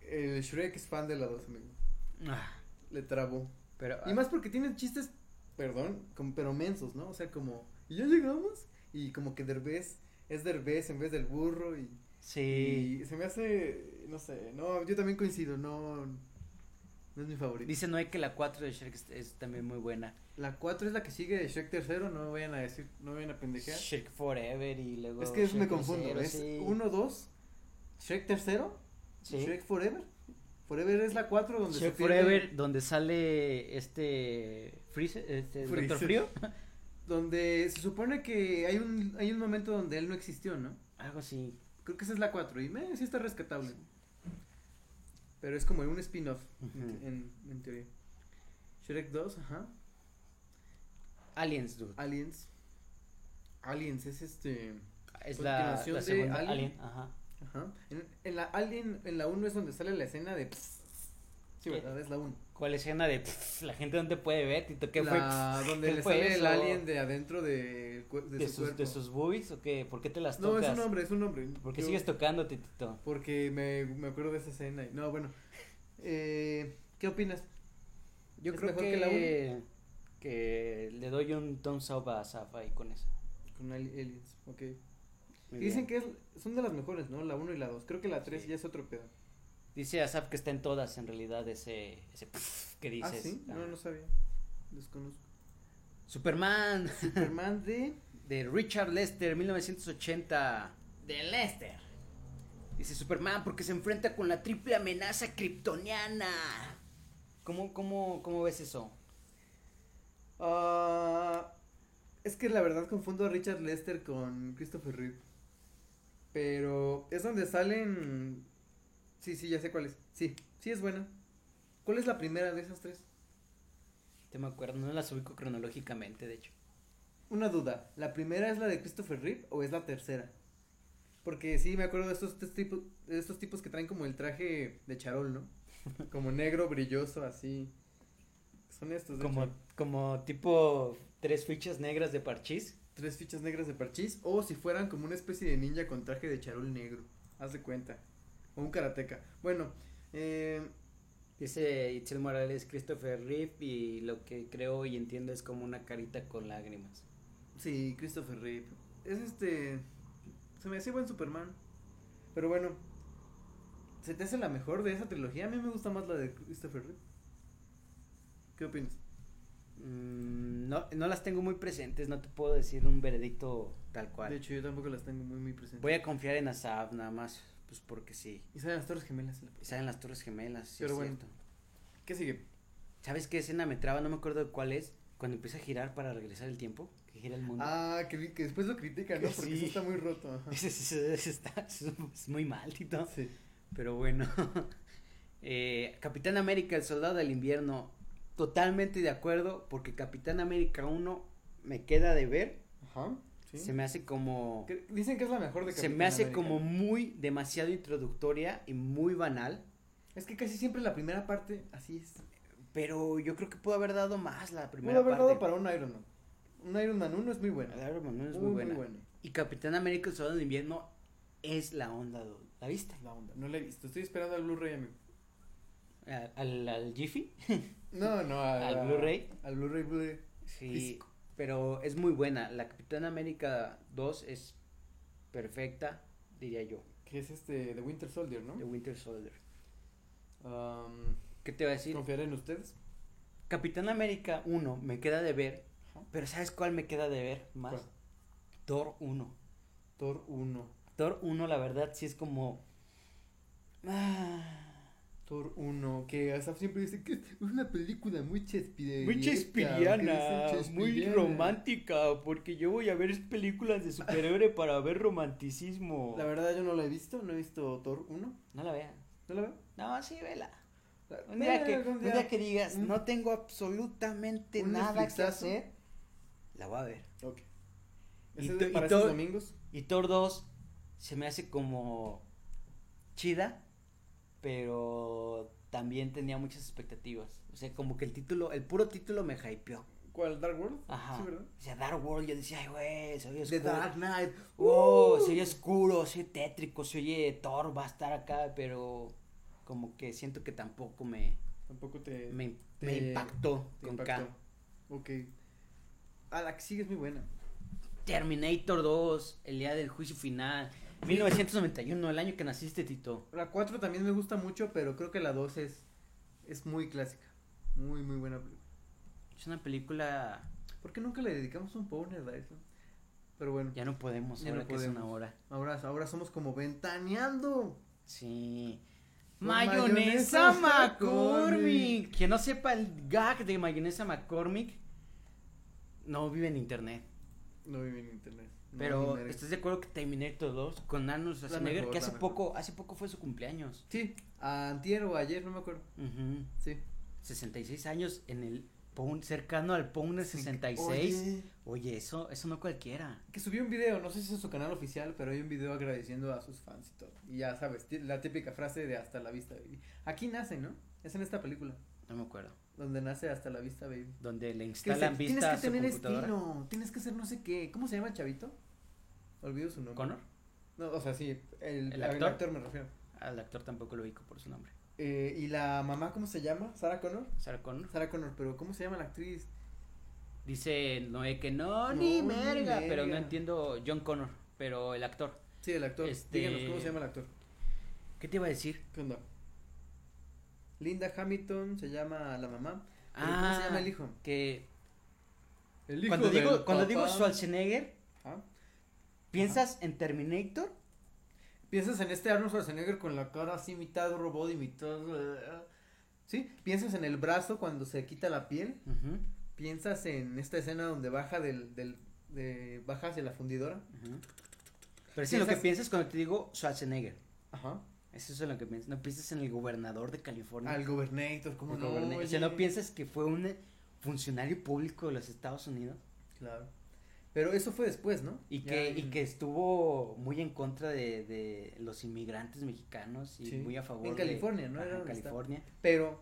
[SPEAKER 1] El Shrek es fan de la 2, amigo.
[SPEAKER 2] Ah,
[SPEAKER 1] Le trabó.
[SPEAKER 2] Pero,
[SPEAKER 1] Y más porque tiene chistes, perdón, como, pero mensos, ¿no? O sea, como, ¿y ya llegamos? Y como que Derbez es Derbez en vez del burro y,
[SPEAKER 2] ah, sí.
[SPEAKER 1] y se me hace, no sé, no, yo también coincido, no, no es mi favorito.
[SPEAKER 2] Dice Noé que la 4 de Shrek es, es también muy buena.
[SPEAKER 1] La 4 es la que sigue de Shrek tercero, no vayan a decir, no vayan a pendejear.
[SPEAKER 2] Shrek Forever y luego.
[SPEAKER 1] es que
[SPEAKER 2] Shrek
[SPEAKER 1] me confundo,
[SPEAKER 2] tercero,
[SPEAKER 1] es
[SPEAKER 2] sí.
[SPEAKER 1] 1, 2, Shrek tercero,
[SPEAKER 2] Sí.
[SPEAKER 1] Shrek Forever. Forever es la 4 donde
[SPEAKER 2] Shrek
[SPEAKER 1] se pierde-
[SPEAKER 2] Forever, donde sale este. Freezer, este
[SPEAKER 1] Freezer.
[SPEAKER 2] Doctor Frío.
[SPEAKER 1] Donde se supone que hay un, hay un momento donde él no existió, ¿no?
[SPEAKER 2] Algo así.
[SPEAKER 1] Creo que esa es la 4 y me, sí está rescatable. Pero es como un spin-off, en,
[SPEAKER 2] Ujú.
[SPEAKER 1] en- en teoría. Shrek 2, ajá.
[SPEAKER 2] Aliens, dude.
[SPEAKER 1] Aliens. Aliens es este.
[SPEAKER 2] Es la,
[SPEAKER 1] continuación
[SPEAKER 2] la
[SPEAKER 1] de
[SPEAKER 2] segunda
[SPEAKER 1] Alien.
[SPEAKER 2] Alien. Ajá.
[SPEAKER 1] Ajá. En, en la Alien, en la 1 es donde sale la escena de. Sí, ¿verdad? Es la 1.
[SPEAKER 2] ¿Cuál escena de pff, la gente no te puede ver? Tito, ¿Qué fue?
[SPEAKER 1] La-
[SPEAKER 2] Pff,
[SPEAKER 1] donde
[SPEAKER 2] ¿qué
[SPEAKER 1] le
[SPEAKER 2] fue
[SPEAKER 1] sale el
[SPEAKER 2] eso?
[SPEAKER 1] alien de adentro de, cu- de,
[SPEAKER 2] de
[SPEAKER 1] su
[SPEAKER 2] sus,
[SPEAKER 1] cuerpo.
[SPEAKER 2] de sus boobies o qué? ¿Por qué te las
[SPEAKER 1] No,
[SPEAKER 2] tocas?
[SPEAKER 1] es un hombre, es un hombre.
[SPEAKER 2] ¿Por qué
[SPEAKER 1] Yo-
[SPEAKER 2] sigues tocándote, Tito?
[SPEAKER 1] Porque me, me acuerdo de esa escena. y- No, bueno. Eh, ¿Qué opinas?
[SPEAKER 2] Yo
[SPEAKER 1] Es
[SPEAKER 2] creo
[SPEAKER 1] mejor
[SPEAKER 2] que,
[SPEAKER 1] que la
[SPEAKER 2] que, le doy un thumbs up a Safa y con eso.
[SPEAKER 1] Con Ali- Aliens, ok.
[SPEAKER 2] Muy
[SPEAKER 1] Y dicen
[SPEAKER 2] bien.
[SPEAKER 1] que es- son de las mejores, ¿no? La 1 y la 2. Creo que la 3
[SPEAKER 2] Sí.
[SPEAKER 1] ya es otro pedo.
[SPEAKER 2] Dice Asaf que está en todas, en realidad, ese, ese que dices.
[SPEAKER 1] Ah, sí,
[SPEAKER 2] Ah.
[SPEAKER 1] no, no sabía. Desconozco.
[SPEAKER 2] Superman
[SPEAKER 1] Superman de.
[SPEAKER 2] de Richard Lester, 1980. De Lester. Dice Superman porque se enfrenta con la triple amenaza kryptoniana. ¿Cómo, cómo, cómo ves eso?
[SPEAKER 1] Ah, es que la verdad confundo a Richard Lester con Christopher Reeve. Pero es donde salen. Sí, sí, ya sé cuál es. Sí, sí es buena. ¿Cuál es la primera de esas tres?
[SPEAKER 2] Te me acuerdo, no las ubico cronológicamente, de hecho.
[SPEAKER 1] Una duda, ¿la primera es la de Christopher Reeve o es la tercera? Porque sí, me acuerdo de estos, tres tipos, de estos tipos que traen como el traje de charol, ¿no? Como negro, brilloso, así. Son estos, de
[SPEAKER 2] Como,
[SPEAKER 1] hecho.
[SPEAKER 2] como tipo tres fichas negras de parchís.
[SPEAKER 1] Tres fichas negras de parchís o si fueran como una especie de ninja con traje de charol negro. Haz de cuenta. O un karateca. Bueno, eh,
[SPEAKER 2] Dice Itzel Morales, Christopher Reeve y lo que creo y entiendo es como una carita con lágrimas.
[SPEAKER 1] sí, Christopher Reeve. Es este... Se me hace buen Superman. Pero bueno, ¿se te hace la mejor de esa trilogía? A mí me gusta más la de Christopher Reeve. ¿Qué opinas?
[SPEAKER 2] Mm, no, no las tengo muy presentes, no te puedo decir un veredicto tal cual.
[SPEAKER 1] De hecho, yo tampoco las tengo muy, muy presentes.
[SPEAKER 2] Voy a confiar en Asab nada más, pues porque sí.
[SPEAKER 1] Y salen las Torres Gemelas. la-
[SPEAKER 2] Y Salen las Torres Gemelas, sí
[SPEAKER 1] Pero
[SPEAKER 2] es
[SPEAKER 1] bueno.
[SPEAKER 2] cierto.
[SPEAKER 1] ¿Qué sigue?
[SPEAKER 2] ¿Sabes qué escena me traba? No me acuerdo de cuál es. Cuando empieza a girar para regresar el tiempo, que gira el mundo.
[SPEAKER 1] Ah, que, vi- que después lo critican, ¿no?
[SPEAKER 2] Que
[SPEAKER 1] Porque
[SPEAKER 2] sí.
[SPEAKER 1] eso está muy roto. ajá.
[SPEAKER 2] Ese- ese- ese está- es muy maldito.
[SPEAKER 1] Sí.
[SPEAKER 2] Pero bueno. Eh, Capitán América, el soldado del invierno. Totalmente de acuerdo, porque Capitán América 1 me queda de ver.
[SPEAKER 1] Ajá. Sí.
[SPEAKER 2] Se me hace como.
[SPEAKER 1] Cre- Dicen que es la mejor de
[SPEAKER 2] Se
[SPEAKER 1] Capitán
[SPEAKER 2] me hace
[SPEAKER 1] América.
[SPEAKER 2] como muy demasiado introductoria y muy banal.
[SPEAKER 1] Es que casi siempre la primera parte así es.
[SPEAKER 2] Pero yo creo que pudo haber dado más la
[SPEAKER 1] Pudo
[SPEAKER 2] primera
[SPEAKER 1] haber
[SPEAKER 2] parte.
[SPEAKER 1] dado para un Iron Man. Un Iron Man 1 es muy buena.
[SPEAKER 2] La de Iron Man uno es muy, buena. Y Capitán América, el soldado del invierno es la onda, dude. ¿La viste?
[SPEAKER 1] La onda. No la he visto. Estoy esperando al Blu-ray, amigo.
[SPEAKER 2] ¿Al, al, al Jiffy?
[SPEAKER 1] No, no. a-
[SPEAKER 2] ¿Al
[SPEAKER 1] a-
[SPEAKER 2] Blu-ray?
[SPEAKER 1] Al Blu-ray, Blu-ray.
[SPEAKER 2] Sí,
[SPEAKER 1] Físico.
[SPEAKER 2] pero es muy buena. La Capitán América 2 es perfecta, diría yo,
[SPEAKER 1] Que es este, The Winter Soldier, ¿no?
[SPEAKER 2] de Winter Soldier.
[SPEAKER 1] Am,
[SPEAKER 2] ¿Qué te va a decir?
[SPEAKER 1] Confiar en ustedes.
[SPEAKER 2] Capitán América 1 me queda de ver,
[SPEAKER 1] Ajá.
[SPEAKER 2] pero ¿sabes cuál me queda de ver más?
[SPEAKER 1] ¿Cuál?
[SPEAKER 2] Thor 1.
[SPEAKER 1] Thor 1.
[SPEAKER 2] Thor 1, la verdad, sí es como... Ah,
[SPEAKER 1] Thor 1. Que Asaf siempre dice que es una película muy chespide.
[SPEAKER 2] Muy chespiriana, muy romántica, porque yo voy a ver películas de superhéroe para ver romanticismo.
[SPEAKER 1] La verdad, yo no la he visto. No he visto Thor 1.
[SPEAKER 2] No la vean.
[SPEAKER 1] ¿No la veo?
[SPEAKER 2] No, sí, vela.
[SPEAKER 1] La-
[SPEAKER 2] Un día, que,
[SPEAKER 1] Eh, algún
[SPEAKER 2] un
[SPEAKER 1] día.
[SPEAKER 2] día que digas,
[SPEAKER 1] un-
[SPEAKER 2] no tengo absolutamente
[SPEAKER 1] un
[SPEAKER 2] nada que
[SPEAKER 1] Netflixazo.
[SPEAKER 2] hacer, la voy a ver.
[SPEAKER 1] Ok.
[SPEAKER 2] Y
[SPEAKER 1] ¿Ese es
[SPEAKER 2] to- y
[SPEAKER 1] para estos
[SPEAKER 2] todo-
[SPEAKER 1] domingos?
[SPEAKER 2] Y Thor 2 se me hace como chida, pero también tenía muchas expectativas. O sea, como que el título, el puro título me hypeó.
[SPEAKER 1] ¿Cuál? ¿Dark World?
[SPEAKER 2] Ajá.
[SPEAKER 1] Sí, ¿verdad?
[SPEAKER 2] O sea, Dark World, yo decía, ay, güey, se oye
[SPEAKER 1] The
[SPEAKER 2] oscuro.
[SPEAKER 1] Dark Knight.
[SPEAKER 2] Oh,
[SPEAKER 1] ¡Uh!
[SPEAKER 2] se oye oscuro, se oye tétrico, se oye Thor, va a estar acá, pero como que siento que tampoco me,
[SPEAKER 1] Tampoco te,
[SPEAKER 2] me, me
[SPEAKER 1] Te-
[SPEAKER 2] impactó
[SPEAKER 1] te
[SPEAKER 2] con
[SPEAKER 1] impactó.
[SPEAKER 2] K.
[SPEAKER 1] Ok. Ah, la que sigue es muy buena.
[SPEAKER 2] Terminator 2, el día del juicio final, 1991, el año que naciste, Tito.
[SPEAKER 1] La 4 también me gusta mucho, pero creo que la 2 es, es muy clásica. Muy, muy buena película.
[SPEAKER 2] Es una película,
[SPEAKER 1] ¿Por qué nunca le dedicamos un Powner a eso? Pero bueno,
[SPEAKER 2] ya no podemos,
[SPEAKER 1] Ya
[SPEAKER 2] ahora
[SPEAKER 1] no
[SPEAKER 2] que es una
[SPEAKER 1] podemos.
[SPEAKER 2] hora.
[SPEAKER 1] ahora, ahora somos como ventaneando.
[SPEAKER 2] Sí.
[SPEAKER 1] Con mayonesa
[SPEAKER 2] Mayonesa McCormick.
[SPEAKER 1] McCormick.
[SPEAKER 2] Que no sepa el gag de mayonesa McCormick, no vive en internet.
[SPEAKER 1] No viví en internet. No,
[SPEAKER 2] Pero, este
[SPEAKER 1] ni verga.
[SPEAKER 2] ¿estás de acuerdo que Terminator 2 con Arnold Schwarzenegger,
[SPEAKER 1] mejor,
[SPEAKER 2] que
[SPEAKER 1] la
[SPEAKER 2] hace
[SPEAKER 1] mejor.
[SPEAKER 2] poco, hace poco fue su cumpleaños?
[SPEAKER 1] Sí, antier o ayer, no me acuerdo.
[SPEAKER 2] Ujú.
[SPEAKER 1] Sí.
[SPEAKER 2] 66 años en el Pound, cercano al Pounder 66.
[SPEAKER 1] Oye.
[SPEAKER 2] Oye, eso, eso no cualquiera.
[SPEAKER 1] Que subió un video, no sé si es su canal oficial, pero hay un video agradeciendo a sus fans y todo. Y ya sabes, ti- la típica frase de hasta la vista, baby. Aquí nace, ¿no? Es en esta película,
[SPEAKER 2] No me acuerdo.
[SPEAKER 1] donde nace hasta la vista, baby.
[SPEAKER 2] Donde le
[SPEAKER 1] Que
[SPEAKER 2] instalan
[SPEAKER 1] dice,
[SPEAKER 2] vista
[SPEAKER 1] tienes que
[SPEAKER 2] a su
[SPEAKER 1] tener
[SPEAKER 2] computadora.
[SPEAKER 1] estilo, tienes que ser no sé qué. ¿Cómo se llama el chavito? Olvido su nombre.
[SPEAKER 2] Connor,
[SPEAKER 1] No, o sea, sí, el,
[SPEAKER 2] ¿El
[SPEAKER 1] al
[SPEAKER 2] actor?
[SPEAKER 1] me refiero.
[SPEAKER 2] al actor tampoco lo ubico por su nombre.
[SPEAKER 1] Eh, y la mamá, ¿cómo se llama? ¿Sara Connor?
[SPEAKER 2] Sarah Connor.
[SPEAKER 1] Sara Connor, pero ¿cómo se llama la actriz?
[SPEAKER 2] Dice Noé que no,
[SPEAKER 1] No,
[SPEAKER 2] ni
[SPEAKER 1] ni
[SPEAKER 2] merga. Pero no
[SPEAKER 1] merga.
[SPEAKER 2] entiendo John Connor, pero el actor.
[SPEAKER 1] Sí, el actor.
[SPEAKER 2] Este-
[SPEAKER 1] Díganos, ¿cómo se llama el actor?
[SPEAKER 2] ¿Qué te iba a decir?
[SPEAKER 1] ¿Qué onda? Linda Hamilton se llama la mamá. pero ¿Cómo se llama el hijo?
[SPEAKER 2] Ah, Que
[SPEAKER 1] El hijo
[SPEAKER 2] cuando
[SPEAKER 1] del
[SPEAKER 2] digo, cuando digo
[SPEAKER 1] papá.
[SPEAKER 2] Schwarzenegger,
[SPEAKER 1] Ah.
[SPEAKER 2] ¿piensas en Terminator?
[SPEAKER 1] Piensas en este Arnold Schwarzenegger con la cara así mitad robot y mitad... eh, Sí, piensas en el brazo cuando se quita la piel.
[SPEAKER 2] Ujú,
[SPEAKER 1] Piensas en esta escena donde baja del... del de, baja hacia la fundidora.
[SPEAKER 2] ujú. Pero sí, lo que
[SPEAKER 1] ¿Piensas-
[SPEAKER 2] piensas cuando te digo Schwarzenegger.
[SPEAKER 1] Ajá.
[SPEAKER 2] Eso es lo que piensas. No piensas en el gobernador de California.
[SPEAKER 1] Al gobernator, ¿cómo
[SPEAKER 2] El
[SPEAKER 1] no?
[SPEAKER 2] goberne- o
[SPEAKER 1] oye?
[SPEAKER 2] sea, no piensas que fue un eh, funcionario público de los Estados Unidos
[SPEAKER 1] Claro. Pero eso fue después, ¿no?
[SPEAKER 2] y
[SPEAKER 1] Ya
[SPEAKER 2] que,
[SPEAKER 1] en-
[SPEAKER 2] y que estuvo muy en contra de, de los inmigrantes mexicanos y
[SPEAKER 1] Sí.
[SPEAKER 2] muy a favor
[SPEAKER 1] En
[SPEAKER 2] de-
[SPEAKER 1] California, ¿no?
[SPEAKER 2] Ajá,
[SPEAKER 1] Era
[SPEAKER 2] en
[SPEAKER 1] donde está.
[SPEAKER 2] California.
[SPEAKER 1] Pero...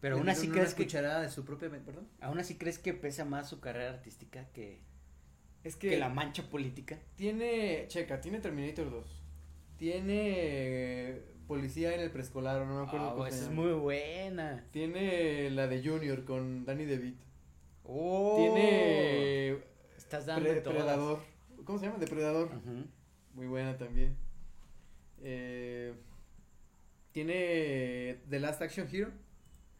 [SPEAKER 2] Pero
[SPEAKER 1] le
[SPEAKER 2] aún así
[SPEAKER 1] dieron
[SPEAKER 2] crees
[SPEAKER 1] una
[SPEAKER 2] que
[SPEAKER 1] cucharada de su propia... men- ¿Perdón?
[SPEAKER 2] aún así crees que pesa más su carrera artística que,
[SPEAKER 1] Es
[SPEAKER 2] que la mancha política.
[SPEAKER 1] Tiene, checa, tiene Terminator 2. Tiene eh, Policía en el preescolar, no me acuerdo
[SPEAKER 2] Ah,
[SPEAKER 1] cómo se
[SPEAKER 2] esa es
[SPEAKER 1] llama.
[SPEAKER 2] muy buena.
[SPEAKER 1] Tiene la de Junior con Danny DeVito.
[SPEAKER 2] Oh,
[SPEAKER 1] Tiene eh,
[SPEAKER 2] estás dando
[SPEAKER 1] Pre-
[SPEAKER 2] en todas. Ah.
[SPEAKER 1] Predador. ¿Cómo se llama? Depredador.
[SPEAKER 2] Ujú.
[SPEAKER 1] Muy buena también. Eh, tiene The Last Action Hero.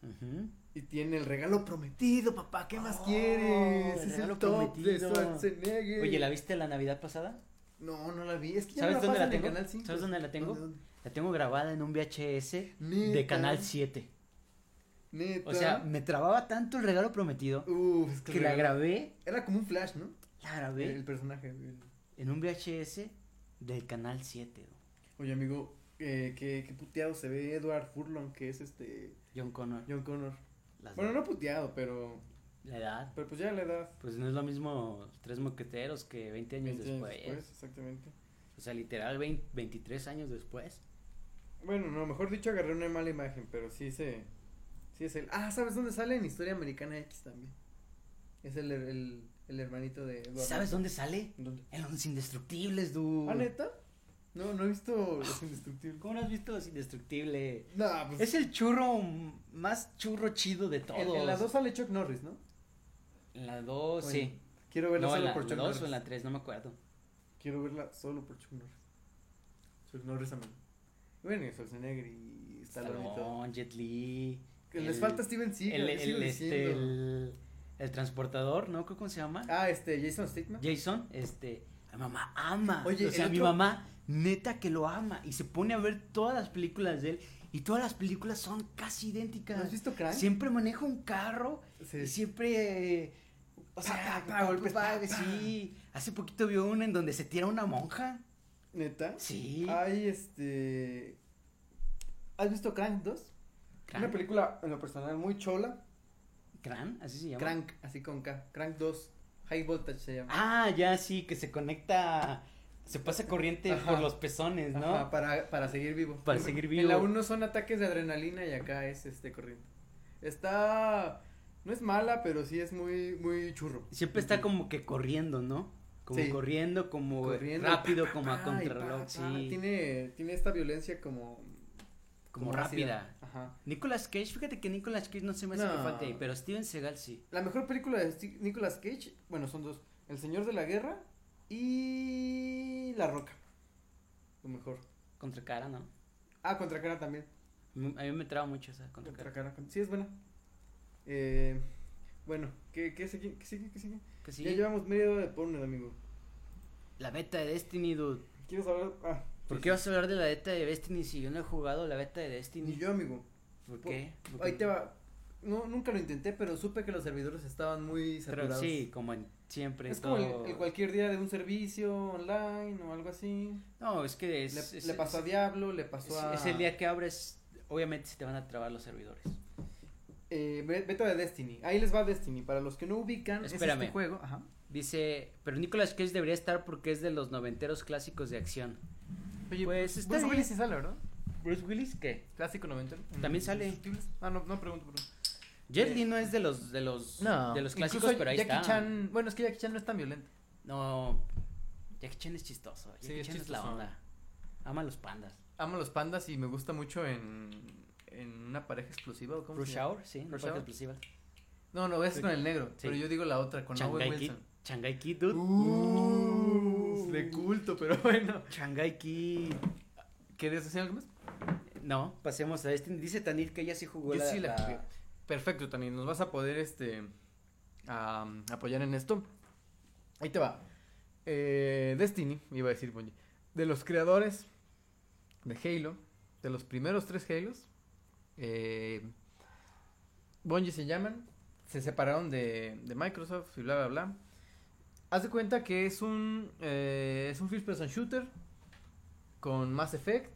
[SPEAKER 2] Ujú.
[SPEAKER 1] Y tiene el regalo prometido, papá. ¿Qué más
[SPEAKER 2] Oh,
[SPEAKER 1] quieres?
[SPEAKER 2] El
[SPEAKER 1] Es el
[SPEAKER 2] Regalo
[SPEAKER 1] top
[SPEAKER 2] Prometido.
[SPEAKER 1] de Schwarzenegger.
[SPEAKER 2] Oye, ¿la viste la Navidad pasada?
[SPEAKER 1] No, no la vi. Es que ya
[SPEAKER 2] ¿Sabes
[SPEAKER 1] no la
[SPEAKER 2] dónde la
[SPEAKER 1] pasan en
[SPEAKER 2] tengo?
[SPEAKER 1] Canal 5.
[SPEAKER 2] ¿Sabes dónde la tengo?
[SPEAKER 1] ¿Dónde, dónde?
[SPEAKER 2] La tengo grabada en un VHS de
[SPEAKER 1] Neta.
[SPEAKER 2] Canal 7.
[SPEAKER 1] Neta.
[SPEAKER 2] O sea, me trababa tanto el regalo prometido
[SPEAKER 1] Uf, es que
[SPEAKER 2] que la
[SPEAKER 1] regalo-
[SPEAKER 2] grabé,
[SPEAKER 1] Era como un flash, ¿no?
[SPEAKER 2] la
[SPEAKER 1] El,
[SPEAKER 2] grabé
[SPEAKER 1] el personaje. el-
[SPEAKER 2] en un VHS del Canal 7. güey.
[SPEAKER 1] Oye, amigo, eh, qué, qué puteado se ve Edward Furlong, que es este
[SPEAKER 2] John Connor.
[SPEAKER 1] John Connor.
[SPEAKER 2] las-
[SPEAKER 1] Bueno, no puteado, pero
[SPEAKER 2] La edad.
[SPEAKER 1] pero pues ya la edad.
[SPEAKER 2] Pues no es lo mismo Tres Moqueteros que 20 años
[SPEAKER 1] 20 años
[SPEAKER 2] después.
[SPEAKER 1] después, exactamente.
[SPEAKER 2] O sea, literal, 20 23 años después.
[SPEAKER 1] Bueno, no, mejor dicho, agarré una mala imagen, pero sí se... Sí es él. Ah, ¿sabes dónde sale? En Historia Americana X también. Es el, el, el hermanito de Edward.
[SPEAKER 2] ¿Sabes dónde sale?
[SPEAKER 1] ¿Dónde?
[SPEAKER 2] En Los Indestructibles, dude.
[SPEAKER 1] ¿Ah, neta? No, no he visto
[SPEAKER 2] Ah.
[SPEAKER 1] Los Indestructibles.
[SPEAKER 2] ¿Cómo no has visto Los Indestructibles?
[SPEAKER 1] Nah, pues...
[SPEAKER 2] Es el churro m- más churro chido de todos.
[SPEAKER 1] en, en la 2 sale Chuck Norris, ¿no?
[SPEAKER 2] En la 2,
[SPEAKER 1] Oye,
[SPEAKER 2] sí.
[SPEAKER 1] Quiero verla
[SPEAKER 2] No, en
[SPEAKER 1] solo
[SPEAKER 2] la
[SPEAKER 1] por Chuck
[SPEAKER 2] 2
[SPEAKER 1] Norris.
[SPEAKER 2] o en la 3, no me acuerdo.
[SPEAKER 1] Quiero verla solo por Chuck Norris. Chuck Norris también. Bueno, y Schwarzenegger y Stallone y todo.
[SPEAKER 2] Stallone, Jet Li.
[SPEAKER 1] Que Les
[SPEAKER 2] el-
[SPEAKER 1] falta Steven Seagal.
[SPEAKER 2] El,
[SPEAKER 1] yo sigo
[SPEAKER 2] el, este,
[SPEAKER 1] diciendo.
[SPEAKER 2] el, el transportador, ¿no? ¿Cómo se llama?
[SPEAKER 1] Ah, este, Jason Statham.
[SPEAKER 2] Jason, este, a mi mamá ama.
[SPEAKER 1] Oye,
[SPEAKER 2] o sea,
[SPEAKER 1] el
[SPEAKER 2] mi
[SPEAKER 1] otro-
[SPEAKER 2] mamá neta que lo ama y se pone a ver todas las películas de él y todas las películas son casi
[SPEAKER 1] ¿Has
[SPEAKER 2] idénticas.
[SPEAKER 1] visto Crank?
[SPEAKER 2] Siempre maneja un carro y
[SPEAKER 1] Sí. Ah,
[SPEAKER 2] siempre eh, o sea,
[SPEAKER 1] Pa, pa,
[SPEAKER 2] pa,
[SPEAKER 1] pa,
[SPEAKER 2] pa,
[SPEAKER 1] golpes,
[SPEAKER 2] pa,
[SPEAKER 1] pa,
[SPEAKER 2] sí. Hace poquito vio una en donde se tira una monja.
[SPEAKER 1] ¿Neta?
[SPEAKER 2] Sí.
[SPEAKER 1] Hay este. ¿Has visto Crank 2? Una
[SPEAKER 2] Crank,
[SPEAKER 1] película en lo personal muy chola.
[SPEAKER 2] Cran, así se llama.
[SPEAKER 1] Crank, así con K. Crank 2. High Voltage se llama.
[SPEAKER 2] Ah, ya sí, que se conecta se pasa corriente
[SPEAKER 1] Ajá.
[SPEAKER 2] por los pezones, ¿no?
[SPEAKER 1] Ajá, para, para seguir vivo.
[SPEAKER 2] Para seguir
[SPEAKER 1] En la
[SPEAKER 2] vivo.
[SPEAKER 1] 1 son ataques de adrenalina y acá es este corriente. Está. No es mala, pero sí es muy, muy churro.
[SPEAKER 2] Siempre está como que corriendo, ¿no? Como
[SPEAKER 1] Sí.
[SPEAKER 2] corriendo, como
[SPEAKER 1] Corriendo,
[SPEAKER 2] rápido,
[SPEAKER 1] pa, pa,
[SPEAKER 2] como a
[SPEAKER 1] pa,
[SPEAKER 2] contrarreloj,
[SPEAKER 1] y pa,
[SPEAKER 2] sí.
[SPEAKER 1] pa. Tiene, tiene esta violencia como.
[SPEAKER 2] Como
[SPEAKER 1] ácida.
[SPEAKER 2] rápida.
[SPEAKER 1] Ajá.
[SPEAKER 2] Nicolas Cage, fíjate que Nicolas Cage no se me hace que
[SPEAKER 1] No.
[SPEAKER 2] falte ahí, pero Steven Seagal sí.
[SPEAKER 1] La mejor película de Sti- Nicolas Cage, bueno, son dos: El Señor de la Guerra y. La Roca. Lo mejor.
[SPEAKER 2] Contra cara, ¿no? Mm,
[SPEAKER 1] Ah, Contracara también.
[SPEAKER 2] A mí me traba mucho esa contra cara.
[SPEAKER 1] Contracara. con- Sí, es buena. Eh, bueno, ¿qué, qué sigue? ¿Qué sigue? ¿Qué sigue?
[SPEAKER 2] Que
[SPEAKER 1] Ya
[SPEAKER 2] sí,
[SPEAKER 1] llevamos media hora de porno, amigo.
[SPEAKER 2] la beta de Destiny, dude.
[SPEAKER 1] ¿Quieres hablar? Ah,
[SPEAKER 2] ¿Por
[SPEAKER 1] sí,
[SPEAKER 2] qué vas a hablar de la beta de Destiny si yo no he jugado la beta de
[SPEAKER 1] sí.
[SPEAKER 2] Destiny?
[SPEAKER 1] Ni yo, amigo.
[SPEAKER 2] ¿Por
[SPEAKER 1] Por-
[SPEAKER 2] qué? Porque-
[SPEAKER 1] Ahí te va. No, nunca lo intenté, pero supe que los servidores estaban muy
[SPEAKER 2] Pero
[SPEAKER 1] saturados.
[SPEAKER 2] sí, como en siempre.
[SPEAKER 1] Es
[SPEAKER 2] todo-
[SPEAKER 1] como el, el cualquier día de un servicio online o algo así.
[SPEAKER 2] No, es que es,
[SPEAKER 1] le,
[SPEAKER 2] es-
[SPEAKER 1] le pasó a Diablo, le pasó
[SPEAKER 2] es-
[SPEAKER 1] a.
[SPEAKER 2] es el día que abres, obviamente se te van a trabar los servidores.
[SPEAKER 1] Eh, be- beta de Destiny. Ahí les va Destiny. Para los que no ubican, es
[SPEAKER 2] Espérame.
[SPEAKER 1] este juego. Ajá.
[SPEAKER 2] Dice, pero Nicolas Cage debería estar porque es de los noventeros clásicos de acción.
[SPEAKER 4] Oye,
[SPEAKER 2] Pues, está
[SPEAKER 4] Bruce
[SPEAKER 2] bien.
[SPEAKER 4] Willis sí sale, ¿verdad?
[SPEAKER 2] ¿Bruce Willis qué?
[SPEAKER 4] Clásico 90.
[SPEAKER 2] También sale.
[SPEAKER 4] Ah, no, no pregunto, perdón.
[SPEAKER 2] Jet
[SPEAKER 1] Eh,
[SPEAKER 2] Li no es de los de los de los clásicos,
[SPEAKER 4] incluso
[SPEAKER 2] pero ahí
[SPEAKER 4] Jackie
[SPEAKER 2] está.
[SPEAKER 4] Chan, bueno, es que Jackie Chan no es tan violento.
[SPEAKER 2] No, Jackie Chan es chistoso. Jackie
[SPEAKER 4] Sí, es
[SPEAKER 2] Chan es la
[SPEAKER 4] chistoso.
[SPEAKER 2] onda. Ama a los pandas.
[SPEAKER 4] Amo los pandas y me gusta mucho en
[SPEAKER 1] en una pareja explosiva o cómo
[SPEAKER 2] Rush
[SPEAKER 1] se llama?
[SPEAKER 2] Hour, sí,
[SPEAKER 1] Rush
[SPEAKER 2] parte
[SPEAKER 1] Hour.
[SPEAKER 2] explosiva.
[SPEAKER 1] No, no, esa es con el negro,
[SPEAKER 2] Sí.
[SPEAKER 1] pero yo digo la otra, con Owen
[SPEAKER 2] Shanghai Kid.
[SPEAKER 1] Wilson.
[SPEAKER 2] Shanghai Kid, dude.
[SPEAKER 1] Uh, de culto, pero bueno.
[SPEAKER 2] Shanghai Kid.
[SPEAKER 1] ¿Querías decir algo más?
[SPEAKER 2] No, pasemos a este. Dice Tanil que ella sí jugó
[SPEAKER 1] Yo
[SPEAKER 2] la,
[SPEAKER 1] sí la
[SPEAKER 2] la-
[SPEAKER 1] jugué. Perfecto, Tani. Nos vas a poder este am, apoyar en esto. Ahí te va. Eh, Destiny, iba a decir Bungie. De los creadores de Halo, de los primeros tres Halos, eh, Bungie se llaman, se separaron de, de Microsoft y bla bla bla. Haz de cuenta que es un eh, es un first person shooter con Mass Effect,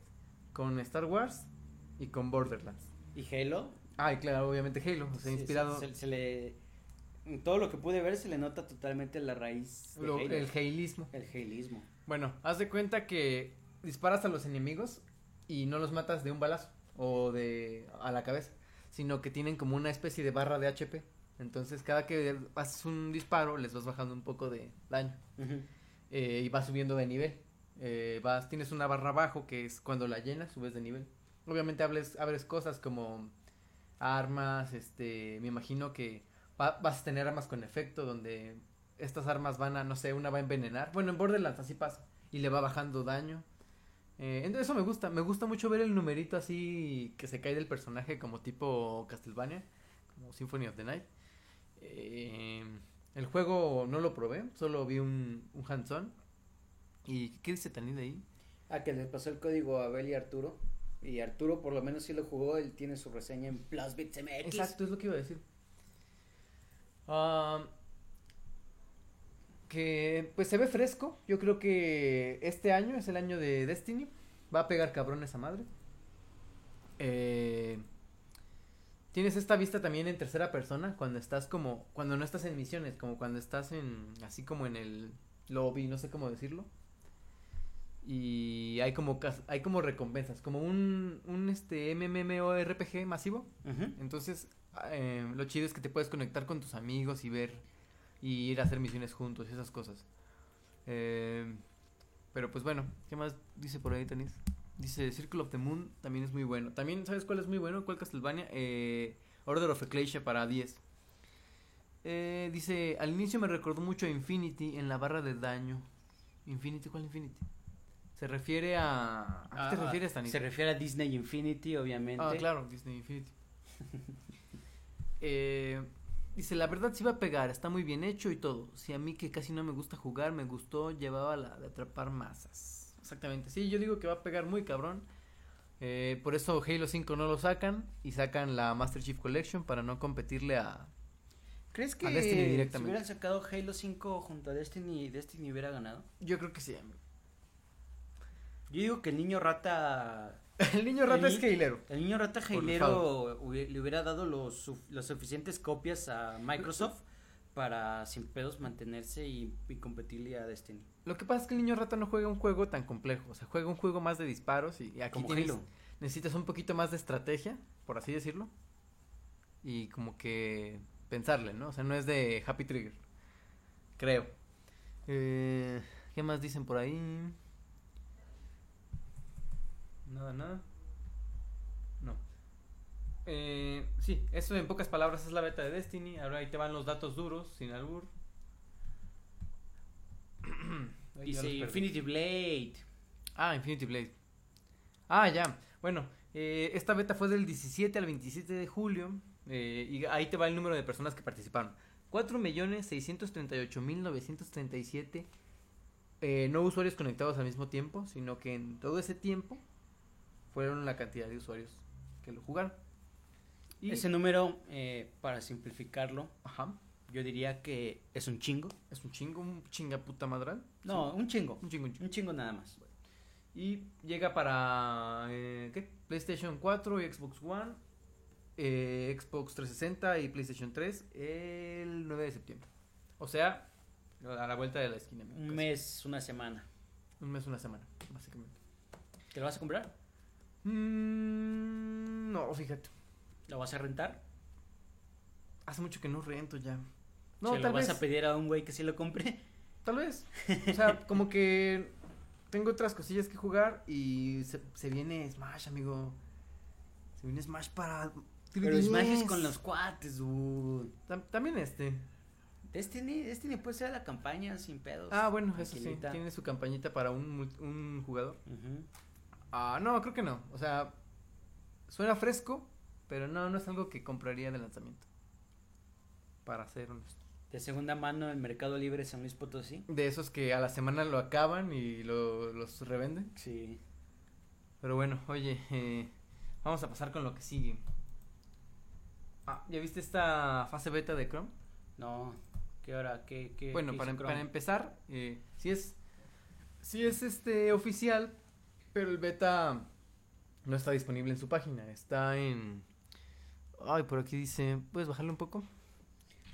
[SPEAKER 1] con Star Wars y con Borderlands.
[SPEAKER 2] ¿Y Halo?
[SPEAKER 1] Ah, y claro, obviamente Halo, o sea,
[SPEAKER 2] Sí,
[SPEAKER 1] inspirado.
[SPEAKER 2] Se, se- se le... en todo lo que pude ver se le nota totalmente la raíz de
[SPEAKER 1] lo-
[SPEAKER 2] Halo.
[SPEAKER 1] el hailismo.
[SPEAKER 2] El hailismo.
[SPEAKER 1] Bueno, haz de cuenta que disparas a los enemigos y no los matas de un balazo o de a la cabeza, sino que tienen como una especie de barra de HP. Entonces, cada que haces un disparo, les vas bajando un poco de daño
[SPEAKER 2] Ujú.
[SPEAKER 1] eh, y vas subiendo de nivel. Eh, vas, tienes una barra abajo que es cuando la llenas, subes de nivel. Obviamente hables, abres cosas como armas, este, me imagino que va- vas a tener armas con efecto donde estas armas van a, no sé, una va a envenenar. Bueno, en Borderlands así pasa y le va bajando daño. Eh, ent- eso me gusta, me gusta mucho ver el numerito así que se cae del personaje como tipo Castlevania, como Symphony of the Night. Eh, el juego no lo probé, solo vi un, un hands-on. ¿Y qué dice Tanil de ahí?
[SPEAKER 2] Ah, que les pasó el código a Abel y Arturo. Y Arturo por lo menos sí lo jugó, él tiene su reseña en PlusBits MX.
[SPEAKER 1] Exacto, es lo que iba a decir. Ah, que pues se ve fresco. Yo creo que este año es el año de Destiny. Va a pegar cabrón esa madre. Eh, tienes esta vista también en tercera persona cuando estás como cuando no estás en misiones, como cuando estás en así como en el lobby, no sé cómo decirlo. Y hay como cas- hay como recompensas, como un un este MMORPG masivo.
[SPEAKER 2] Ujú.
[SPEAKER 1] Entonces, eh, lo chido es que te puedes conectar con tus amigos y ver y ir a hacer misiones juntos y esas cosas. Eh, pero pues bueno, ¿qué más dice por ahí, Tanis? Dice Circle of the Moon también es muy bueno. También, ¿sabes cuál es muy bueno? ¿Cuál Castlevania? Eh, Order of Ecclesia para 10. Eh, dice, al inicio me recordó mucho a Infinity en la barra de daño. Infinity, ¿cuál Infinity? Se refiere a... ¿A qué te
[SPEAKER 2] Ah,
[SPEAKER 1] refieres, Tanis?
[SPEAKER 2] Se refiere a Disney Infinity, obviamente.
[SPEAKER 1] Ah, claro, Disney Infinity. Eh, dice, la verdad sí va a pegar, está muy bien hecho y todo. Si a mí que casi no me gusta jugar, me gustó, llevaba la de atrapar masas. Exactamente, sí, yo digo que va a pegar muy cabrón. Eh, por eso Halo 5 no lo sacan y sacan la Master Chief Collection para no competirle a...
[SPEAKER 2] ¿Crees que
[SPEAKER 1] A Destiny
[SPEAKER 2] si
[SPEAKER 1] directamente.
[SPEAKER 2] hubieran sacado Halo 5 junto a Destiny, Destiny hubiera ganado?
[SPEAKER 1] Yo creo que sí. amigo.
[SPEAKER 2] Yo digo que el niño rata
[SPEAKER 1] El niño rata
[SPEAKER 2] El
[SPEAKER 1] es
[SPEAKER 2] ni-
[SPEAKER 1] Halero.
[SPEAKER 2] El niño rata
[SPEAKER 1] Por
[SPEAKER 2] jailero hubie- le hubiera dado los, suf- los suficientes copias a Microsoft para sin pedos mantenerse y, y competirle a Destiny.
[SPEAKER 1] Lo que pasa es que el niño rata no juega un juego tan complejo, o sea, juega un juego más de disparos y, y aquí
[SPEAKER 2] Como
[SPEAKER 1] tienes-
[SPEAKER 2] Halo.
[SPEAKER 1] necesitas un poquito más de estrategia, por así decirlo, y como que pensarle, ¿no? O sea, no es de Happy Trigger, creo. Eh, ¿Qué más dicen por ahí? Nada, nada. No. Eh, sí, eso en pocas palabras es la beta de Destiny. Ahora ahí te van los datos duros, sin albur. Ay, ya los
[SPEAKER 2] Dice
[SPEAKER 1] perdí.
[SPEAKER 2] Infinity Blade.
[SPEAKER 1] Ah, Infinity Blade. Ah, ya. Bueno, eh, esta beta fue del 17 al 27 de julio. eh, y ahí te va el número de personas que participaron. 4.638.937 eh, no usuarios conectados al mismo tiempo, sino que en todo ese tiempo fueron la cantidad de usuarios que lo jugaron. Y,
[SPEAKER 2] Ese número, eh, para simplificarlo,
[SPEAKER 1] ajá,
[SPEAKER 2] yo diría que es un chingo.
[SPEAKER 1] es un chingo, un chingaputa madral.
[SPEAKER 2] No, un chingo.
[SPEAKER 1] Un chingo, un chingo.
[SPEAKER 2] Un chingo nada más.
[SPEAKER 1] Y llega para eh, ¿qué? PlayStation 4 y Xbox One, eh, Xbox 360 y PlayStation 3 el 9 de septiembre. O sea, a la vuelta de la esquina. amigo,
[SPEAKER 2] Un
[SPEAKER 1] casi.
[SPEAKER 2] mes, una semana.
[SPEAKER 1] Un mes, una semana, básicamente.
[SPEAKER 2] ¿Te lo vas a comprar?
[SPEAKER 1] Mm, no, fíjate.
[SPEAKER 2] ¿Lo vas a rentar?
[SPEAKER 1] Hace mucho que no rento ya.
[SPEAKER 2] No,
[SPEAKER 1] No,
[SPEAKER 2] ¿Se lo
[SPEAKER 1] tal
[SPEAKER 2] vas
[SPEAKER 1] vez.
[SPEAKER 2] a pedir a un güey que sí lo compre?
[SPEAKER 1] Tal vez. O sea, como que tengo otras cosillas que jugar y se, se viene Smash, amigo. Se Se viene Smash para.
[SPEAKER 2] Pero
[SPEAKER 1] 3DS.
[SPEAKER 2] Smash es con los cuates, dude.
[SPEAKER 1] Tam- también este.
[SPEAKER 2] Destiny, Destiny puede ser la campaña sin pedos.
[SPEAKER 1] Ah, bueno, eso sí.
[SPEAKER 2] Tranquilita.
[SPEAKER 1] Tiene su campañita para un, mul- un jugador.
[SPEAKER 2] Ujú.
[SPEAKER 1] Ah, no, creo que no. O sea, suena fresco, pero no, no es algo que compraría de lanzamiento. Para ser honesto.
[SPEAKER 2] De segunda mano en Mercado Libre San Luis Potosí.
[SPEAKER 1] De esos que a la semana lo acaban y lo, los revenden.
[SPEAKER 2] Sí.
[SPEAKER 1] Pero bueno, oye, eh, vamos a pasar con lo que sigue. Ah, ¿ya viste esta fase beta de Chrome?
[SPEAKER 2] No. ¿Qué hora? ¿Qué, qué,
[SPEAKER 1] Bueno,
[SPEAKER 2] qué
[SPEAKER 1] para, em-,
[SPEAKER 2] hizo Chrome?
[SPEAKER 1] para empezar, eh, si es si es este oficial, pero el beta no está disponible en su página, está en Ay, por aquí dice, ¿puedes bajarlo un poco?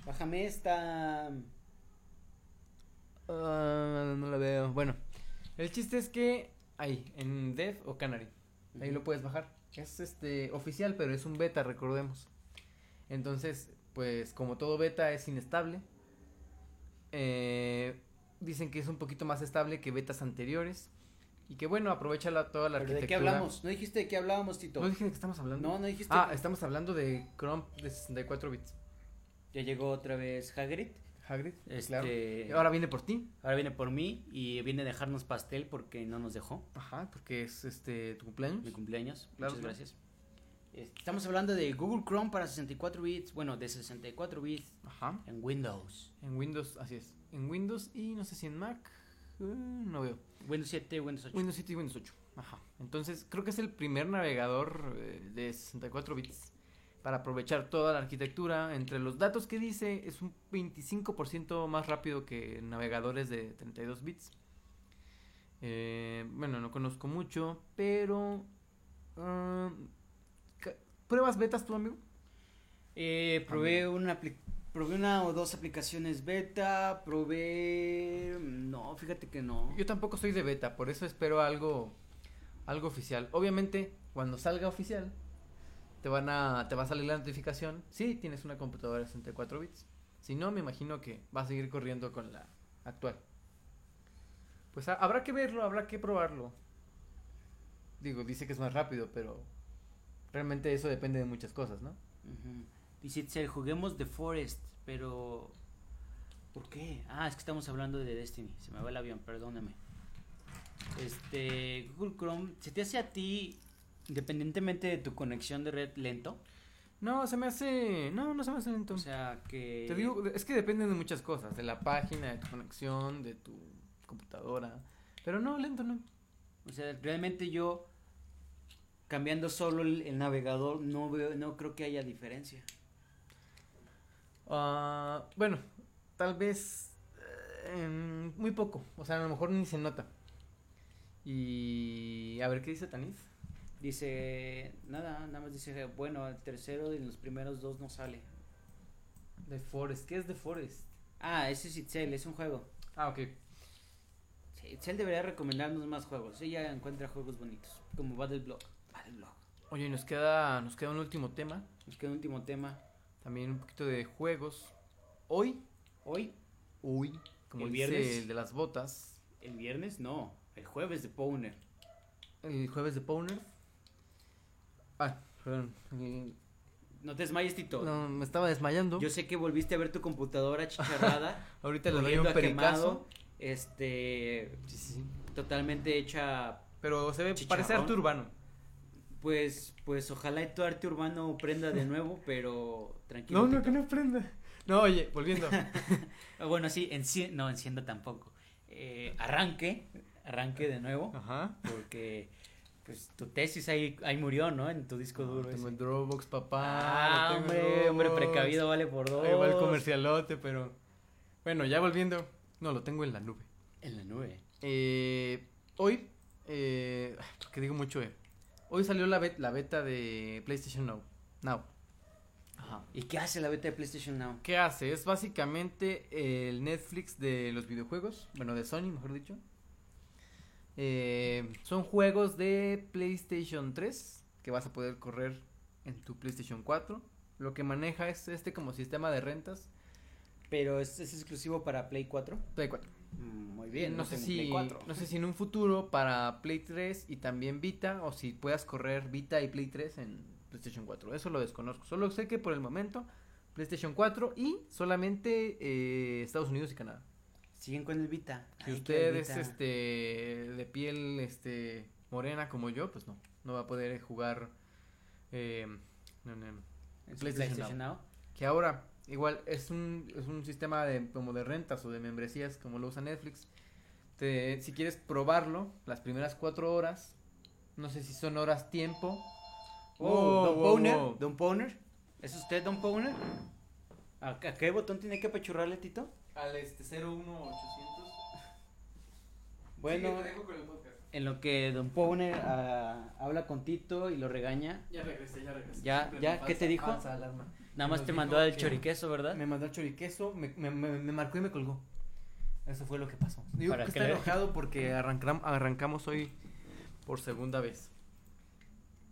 [SPEAKER 2] Bájame esta.
[SPEAKER 1] Ah, no la veo. Bueno, el chiste es que ahí en Dev o Canary, ahí
[SPEAKER 2] Ujú.
[SPEAKER 1] lo puedes bajar. Es este oficial, pero es un beta, recordemos. Entonces, pues como todo beta es inestable, eh, dicen que es un poquito más estable que betas anteriores y que bueno, aprovecha la, toda la
[SPEAKER 2] ¿Pero de qué
[SPEAKER 1] arquitectura.
[SPEAKER 2] hablamos? ¿No dijiste de qué hablábamos, Tito?
[SPEAKER 1] No dije de qué estamos hablando.
[SPEAKER 2] No, no dijiste.
[SPEAKER 1] Ah, estamos hablando de Chrome de 64 bits.
[SPEAKER 2] Ya llegó otra vez Hagrid.
[SPEAKER 1] Hagrid, claro.
[SPEAKER 2] Este,
[SPEAKER 1] Ahora viene por ti.
[SPEAKER 2] ahora viene por mí y viene a dejarnos pastel porque no nos dejó.
[SPEAKER 1] Ajá, porque es este tu cumpleaños.
[SPEAKER 2] Mi cumpleaños.
[SPEAKER 1] Claro,
[SPEAKER 2] Muchas
[SPEAKER 1] claro.
[SPEAKER 2] gracias. Eh, Estamos hablando de Google Chrome para 64 bits. Bueno, de 64 bits
[SPEAKER 1] Ajá.
[SPEAKER 2] en Windows.
[SPEAKER 1] En Windows, así es. En Windows y no sé si en Mac. eh, no veo.
[SPEAKER 2] Windows 7, Windows 8.
[SPEAKER 1] Windows 7 y Windows 8. Ajá. Entonces, creo que es el primer navegador eh, de 64 bits para aprovechar toda la arquitectura. Entre los datos que dice, es un 25% más rápido que navegadores de 32 bits. Eh, bueno, no conozco mucho, pero... ah, ca- ¿Pruebas betas tú, amigo?
[SPEAKER 2] Eh, probé una apli- probé una o dos aplicaciones beta, probé no, fíjate que no.
[SPEAKER 1] Yo tampoco soy de beta, por eso espero algo algo oficial. Obviamente, cuando salga oficial, te van a te va a salir la notificación. Sí, tienes una computadora de 64 bits. Si no, me imagino que va a seguir corriendo con la actual. Pues ha- habrá que verlo, habrá que probarlo. Digo, dice que es más rápido, pero realmente eso depende de muchas cosas, ¿no?
[SPEAKER 2] Ujú. Dice Itzel, juguemos The Forest, pero ¿por qué? Ah, es que estamos hablando de Destiny, se me va el avión, perdóname. Este, Google Chrome, ¿se te hace a ti independientemente de tu conexión de red lento?
[SPEAKER 1] No, se me hace, no, no se me hace lento.
[SPEAKER 2] O sea, que
[SPEAKER 1] Te digo, es que depende de muchas cosas, de la página, de tu conexión, de tu computadora. Pero no, lento no.
[SPEAKER 2] O sea, realmente yo cambiando solo el, el navegador no veo no creo que haya diferencia.
[SPEAKER 1] Ah, bueno, tal vez eh, muy poco, o sea, a lo mejor ni se nota. Y a ver qué dice Tanis.
[SPEAKER 2] Dice, nada, nada más dice, bueno, el tercero de los primeros dos no sale.
[SPEAKER 1] The Forest, ¿qué es The Forest?
[SPEAKER 2] Ah, ese es Itzel, es un juego.
[SPEAKER 1] Ah, ok.
[SPEAKER 2] Sí, Itzel debería recomendarnos más juegos. Ella encuentra juegos bonitos, como Battle Block. Battle Block.
[SPEAKER 1] Oye, nos queda, nos queda un último tema,
[SPEAKER 2] Nos queda un último tema.
[SPEAKER 1] también un poquito de juegos. Hoy,
[SPEAKER 2] Hoy,
[SPEAKER 1] hoy, como
[SPEAKER 2] ¿El
[SPEAKER 1] dice
[SPEAKER 2] viernes?
[SPEAKER 1] el de las botas,
[SPEAKER 2] el viernes, no, el jueves de Powner.
[SPEAKER 1] el jueves de Powner. Ah, perdón. el-
[SPEAKER 2] No te desmayes, Tito.
[SPEAKER 1] No, me estaba desmayando.
[SPEAKER 2] Yo sé que volviste a ver tu computadora chicharrada,
[SPEAKER 1] Ahorita le doy
[SPEAKER 2] oliendo
[SPEAKER 1] un
[SPEAKER 2] a quemado,
[SPEAKER 1] pericazo.
[SPEAKER 2] este,
[SPEAKER 1] Sí, sí, sí.
[SPEAKER 2] totalmente hecha
[SPEAKER 1] Pero se ve, parece
[SPEAKER 2] Chicharrón.
[SPEAKER 1] arte urbano.
[SPEAKER 2] Pues, pues ojalá y tu arte urbano prenda de nuevo, pero tranquilo. Tito.
[SPEAKER 1] no prenda. No, oye, volviendo.
[SPEAKER 2] Ah, Bueno, sí, enci- no encienda tampoco. Eh, arranque, arranque de nuevo,
[SPEAKER 1] Ajá.
[SPEAKER 2] porque pues tu tesis ahí, ahí murió, ¿no? En tu disco duro.
[SPEAKER 1] tengo
[SPEAKER 2] ese.
[SPEAKER 1] el Dropbox, papá.
[SPEAKER 2] Ah,
[SPEAKER 1] tengo el
[SPEAKER 2] hombre, hombre
[SPEAKER 1] Dropbox.
[SPEAKER 2] precavido vale por dos.
[SPEAKER 1] Ahí va el comercialote, pero. Bueno, ya volviendo. No, lo tengo en la nube.
[SPEAKER 2] En la nube.
[SPEAKER 1] Eh, hoy, eh, que digo mucho, eh. Hoy salió la, bet- la beta de PlayStation Now. Now. Ajá.
[SPEAKER 2] ¿Y qué hace la beta de PlayStation Now?
[SPEAKER 1] ¿Qué hace? Es básicamente eh, el Netflix de los videojuegos, bueno, de Sony, mejor dicho. Eh, son juegos de PlayStation 3 que vas a poder correr en tu PlayStation 4. Lo que maneja es este como sistema de rentas.
[SPEAKER 2] Pero es, es exclusivo para Play 4.
[SPEAKER 1] Play 4.
[SPEAKER 2] Mm, Muy bien.
[SPEAKER 1] no, sé
[SPEAKER 2] tengo
[SPEAKER 1] si,
[SPEAKER 2] Play 4.
[SPEAKER 1] no sé si en un futuro para Play 3 y también Vita, o si puedas correr Vita y Play 3 en PlayStation 4. Eso lo desconozco. Solo sé que por el momento PlayStation 4 y solamente eh, Estados Unidos y Canadá.
[SPEAKER 2] Siguen con el Vita.
[SPEAKER 1] Si
[SPEAKER 2] Ay, qué
[SPEAKER 1] usted es
[SPEAKER 2] Vita.
[SPEAKER 1] este de piel este morena como yo, pues no, no va a poder jugar eh, no, no, no.
[SPEAKER 2] ¿Es
[SPEAKER 1] PlayStation
[SPEAKER 2] PlayStation Now.
[SPEAKER 1] que ahora igual es un es un sistema de como de rentas o de membresías como lo usa Netflix. Te- si quieres probarlo, las primeras cuatro horas, no sé si son horas tiempo.
[SPEAKER 2] Oh, Don
[SPEAKER 1] wow,
[SPEAKER 2] Powner.
[SPEAKER 1] wow.
[SPEAKER 2] Don Powner. ¿Es usted Don Powner? ¿A, a qué botón tiene que apachurrarle, Tito?
[SPEAKER 1] Al este 01800.
[SPEAKER 2] Bueno,
[SPEAKER 1] con el podcast.
[SPEAKER 2] en lo que Don Powner ah, habla con Tito y lo regaña,
[SPEAKER 1] Ya regresé, ya regresé.
[SPEAKER 2] Ya,
[SPEAKER 1] Siempre
[SPEAKER 2] ya,
[SPEAKER 1] con
[SPEAKER 2] ¿qué te dijo?
[SPEAKER 1] falsa alarma.
[SPEAKER 2] nada más
[SPEAKER 1] Nos
[SPEAKER 2] te
[SPEAKER 1] dijo
[SPEAKER 2] mandó el
[SPEAKER 1] que-
[SPEAKER 2] choriqueso, ¿verdad?
[SPEAKER 1] Me mandó el choriqueso, me, me, me- me marcó y me colgó. Eso fue lo que pasó. Digo
[SPEAKER 2] Para
[SPEAKER 1] que
[SPEAKER 2] que
[SPEAKER 1] está
[SPEAKER 2] le-
[SPEAKER 1] enojado porque arrancam- arrancamos hoy por segunda vez.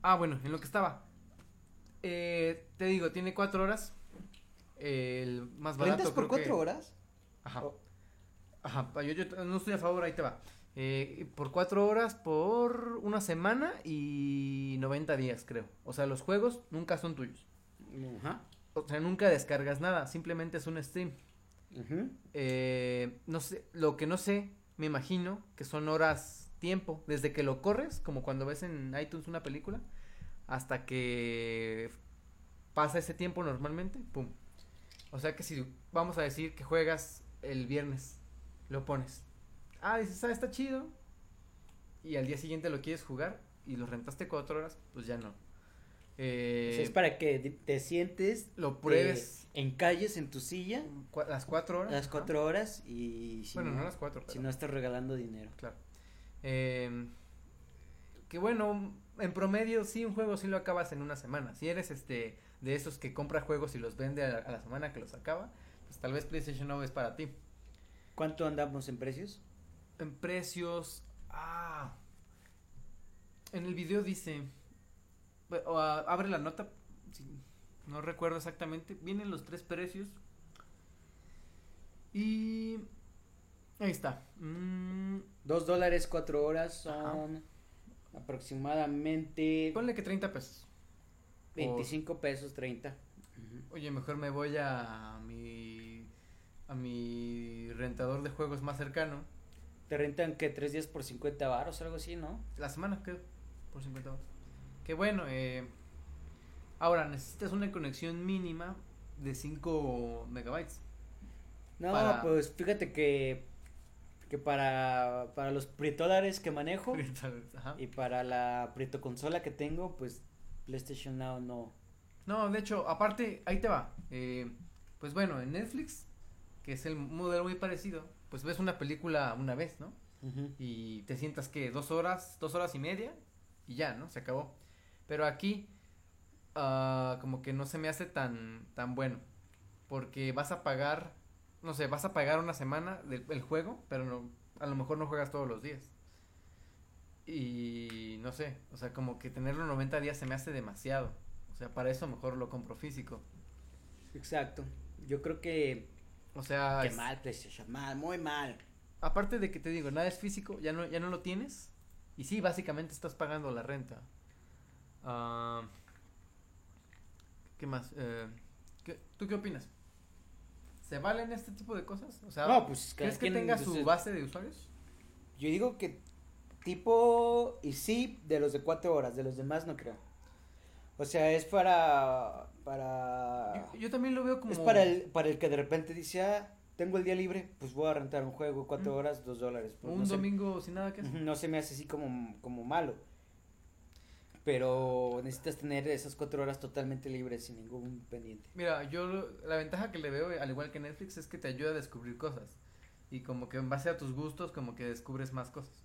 [SPEAKER 1] Ah, bueno, en lo que estaba. Eh, te digo, tiene cuatro horas. El más barato.
[SPEAKER 3] ¿Rentas por
[SPEAKER 1] creo que-
[SPEAKER 3] cuatro horas?
[SPEAKER 1] Ajá.
[SPEAKER 3] Oh.
[SPEAKER 1] Ajá, pa- yo, yo t- no estoy a favor, ahí te va. Eh, por cuatro horas, por una semana y 90 días, creo. O sea, los juegos nunca son tuyos.
[SPEAKER 2] Ajá.
[SPEAKER 1] O sea, nunca descargas nada, simplemente es un stream.
[SPEAKER 2] Ujú.
[SPEAKER 1] Eh, no sé, lo que no sé, me imagino que son horas tiempo, desde que lo corres, como cuando ves en iTunes una película, hasta que pasa ese tiempo normalmente, pum. O sea que si vamos a decir que juegas el viernes, lo pones. Ah, dices, ah, está chido. Y al día siguiente lo quieres jugar y lo rentaste cuatro horas, pues ya no.
[SPEAKER 2] O
[SPEAKER 1] Eh,
[SPEAKER 2] sea, es para que di- te sientes,
[SPEAKER 1] lo pruebes
[SPEAKER 2] pruebes, encalles en tu silla
[SPEAKER 1] cua- las cuatro horas.
[SPEAKER 2] las
[SPEAKER 1] ajá.
[SPEAKER 2] cuatro horas y si,
[SPEAKER 1] Bueno,
[SPEAKER 2] no,
[SPEAKER 1] no las cuatro.
[SPEAKER 2] si
[SPEAKER 1] pero-
[SPEAKER 2] no estás regalando dinero.
[SPEAKER 1] Claro. Eh, que bueno, en promedio sí un juego sí lo acabas en una semana. Si eres este de esos que compra juegos y los vende a la, a la semana que los acaba, pues tal vez PlayStation Now es para ti.
[SPEAKER 2] ¿Cuánto andamos en precios?
[SPEAKER 1] En precios, ah, en el video dice, bu- o, ah, abre la nota, sí, no recuerdo exactamente, vienen los tres precios y ahí está. Mm,
[SPEAKER 2] Dos dólares, cuatro horas
[SPEAKER 1] Ajá.
[SPEAKER 2] son aproximadamente
[SPEAKER 1] ponle que 30 pesos. por-
[SPEAKER 2] 25 pesos 30.
[SPEAKER 1] Oye, mejor me voy a mi a mi rentador de juegos más cercano.
[SPEAKER 2] Te rentan que tres días por 50 baros, algo así, ¿no?
[SPEAKER 1] La semana creo, por 50 baros. Que bueno, eh, ahora necesitas una conexión mínima de 5 megabytes.
[SPEAKER 2] No,
[SPEAKER 1] Para-
[SPEAKER 2] pues fíjate que, que para, para los dólares que manejo
[SPEAKER 1] Ajá.
[SPEAKER 2] Oh. y para la prieto consola que tengo, pues PlayStation Now no.
[SPEAKER 1] No, de hecho, aparte, ahí te va. Eh, pues bueno, en Netflix, que es el modelo muy parecido, pues ves una película una vez, ¿no?
[SPEAKER 2] Ujú.
[SPEAKER 1] y te sientas que dos horas, dos horas y media y ya, ¿no? Se acabó. Pero aquí ah, como que no se me hace tan tan bueno porque vas a pagar, no sé, vas a pagar una semana del el juego, pero no, a lo mejor no juegas todos los días. Y no sé, o sea, como que tenerlo 90 días se me hace demasiado. O sea, para eso mejor lo compro físico.
[SPEAKER 2] Exacto. Yo creo que.
[SPEAKER 1] O sea,
[SPEAKER 2] Qué
[SPEAKER 1] es-
[SPEAKER 2] mal, PlayStation. Mal, muy mal.
[SPEAKER 1] aparte de que te digo, nada es físico, ya no, ya no lo tienes. Y sí, básicamente estás pagando la renta. Ah, ¿Qué más? Eh, ¿qué- ¿Tú qué opinas? ¿Se valen este tipo de cosas? O sea,
[SPEAKER 2] No, pues,
[SPEAKER 1] ¿crees
[SPEAKER 2] cada
[SPEAKER 1] que
[SPEAKER 2] quien,
[SPEAKER 1] tenga
[SPEAKER 2] pues,
[SPEAKER 1] su
[SPEAKER 2] es-
[SPEAKER 1] base de usuarios?
[SPEAKER 2] Yo digo que tipo y sí de los de cuatro horas, de los demás no creo. O sea, es para para
[SPEAKER 1] Yo, yo también lo veo como...
[SPEAKER 2] Ah. es para el para el que de repente dice ah tengo el día libre, pues voy a rentar un juego cuatro
[SPEAKER 1] Mm.
[SPEAKER 2] horas dos dólares. Pues,
[SPEAKER 1] Un
[SPEAKER 2] no se-
[SPEAKER 1] domingo sin nada que hacer.
[SPEAKER 2] Ujú, no se me hace así como como malo. Pero necesitas tener esas cuatro horas totalmente libres sin ningún pendiente.
[SPEAKER 1] Mira, yo lo- la ventaja que le veo, eh, al igual que Netflix, es que te ayuda a descubrir cosas. Y como que en base a tus gustos, como que descubres más cosas.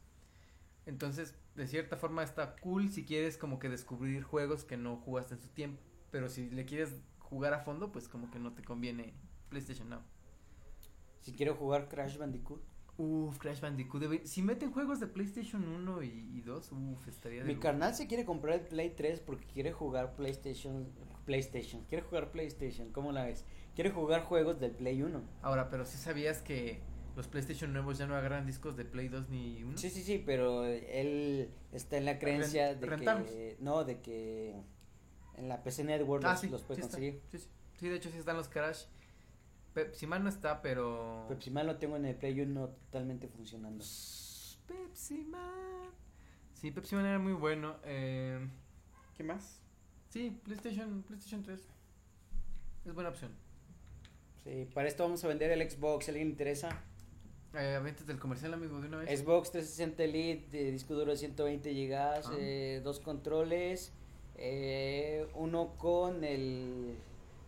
[SPEAKER 1] Entonces, de cierta forma está cool si quieres como que descubrir juegos que no jugaste en su tiempo. Pero si le quieres jugar a fondo, pues como que no te conviene PlayStation Now.
[SPEAKER 2] Si quiero jugar Crash Bandicoot,
[SPEAKER 1] Uf, Crash Bandicoot. debe- Si meten juegos de PlayStation 1 y, y 2, uf, estaría de
[SPEAKER 2] Mi
[SPEAKER 1] lujo.
[SPEAKER 2] carnal se quiere comprar el Play 3 porque quiere jugar PlayStation. PlayStation. Quiere jugar PlayStation. ¿Cómo la ves? Quiere jugar juegos del Play 1.
[SPEAKER 1] Ahora, pero si sabías que los PlayStation nuevos ya no agarran discos de Play 2 ni 1.
[SPEAKER 2] Sí, sí, sí, pero él está en la creencia de
[SPEAKER 1] rentarlos.
[SPEAKER 2] que. No, de que. en la PC Network
[SPEAKER 5] Ah,
[SPEAKER 2] los,
[SPEAKER 5] sí,
[SPEAKER 2] los puedes
[SPEAKER 5] sí está.
[SPEAKER 2] conseguir.
[SPEAKER 5] Sí, sí. Sí, de hecho sí están los Crash. Pepsi Man no está, pero.
[SPEAKER 2] Pero si mal lo tengo en el Play 1 totalmente funcionando.
[SPEAKER 5] Pepsi Man. Sí, Pepsi Man era muy bueno. Eh,
[SPEAKER 1] ¿Qué más?
[SPEAKER 5] sí, PlayStation, PlayStation 3. Es buena opción.
[SPEAKER 2] Sí, para esto vamos a vender el Xbox, si alguien le interesa.
[SPEAKER 5] Eh, aviéntate del comercial, amigo, de una vez.
[SPEAKER 2] Xbox 360 Elite, de disco duro de 120 GB,
[SPEAKER 5] Ah.
[SPEAKER 2] eh, dos controles, eh, uno con el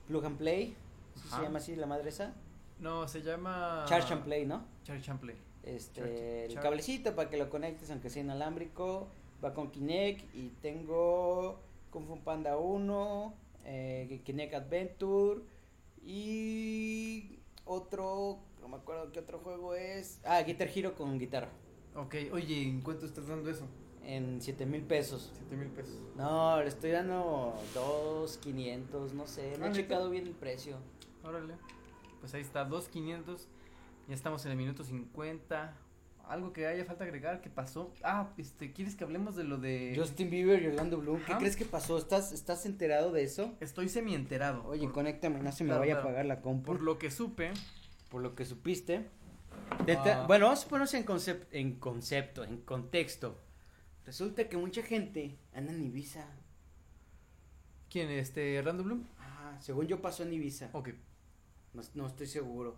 [SPEAKER 2] plug and play, ¿sí
[SPEAKER 5] Ajá.
[SPEAKER 2] se llama así la madre esa,
[SPEAKER 5] No, se llama.
[SPEAKER 2] charge and play, ¿no?
[SPEAKER 5] Charge and Play.
[SPEAKER 2] Este,
[SPEAKER 5] Charge-
[SPEAKER 2] el
[SPEAKER 5] char-
[SPEAKER 2] cablecito para que lo conectes aunque sea inalámbrico, va con Kinect y tengo Kung Fu Panda 1, eh, Kinect Adventure y otro, no me acuerdo qué otro juego es, ah, Guitar Hero con guitarra.
[SPEAKER 5] Ok, oye, ¿en cuánto?
[SPEAKER 1] ¿Cuánto estás dando eso?
[SPEAKER 2] En 7 mil pesos.
[SPEAKER 1] 7 mil pesos.
[SPEAKER 2] No, le estoy dando 2.500, no sé, no
[SPEAKER 1] Ah,
[SPEAKER 2] he
[SPEAKER 1] ¿neta?
[SPEAKER 2] checado bien el precio.
[SPEAKER 5] Órale. Pues ahí está, 2500. Ya estamos en el minuto 50. Algo que haya falta agregar, ¿qué pasó? Ah, este, ¿quieres que hablemos de lo de.
[SPEAKER 2] Justin Bieber y Orlando Bloom, ¿qué
[SPEAKER 5] Ajá.
[SPEAKER 2] crees que pasó? ¿Estás, estás enterado de eso?
[SPEAKER 5] Estoy semi enterado.
[SPEAKER 2] Oye,
[SPEAKER 5] por,
[SPEAKER 2] conéctame, no se me
[SPEAKER 5] Claro,
[SPEAKER 2] vaya
[SPEAKER 5] claro.
[SPEAKER 2] a pagar la compu.
[SPEAKER 5] por lo que supe.
[SPEAKER 2] por lo que supiste. De
[SPEAKER 5] Ah.
[SPEAKER 2] tra- Bueno, vamos a ponernos en, concep- en concepto, en contexto. Resulta que mucha gente anda en Ibiza.
[SPEAKER 5] ¿Quién? Este, Random Bloom.
[SPEAKER 2] Ah, según yo pasó en Ibiza,
[SPEAKER 5] Ok,
[SPEAKER 2] no, no estoy seguro.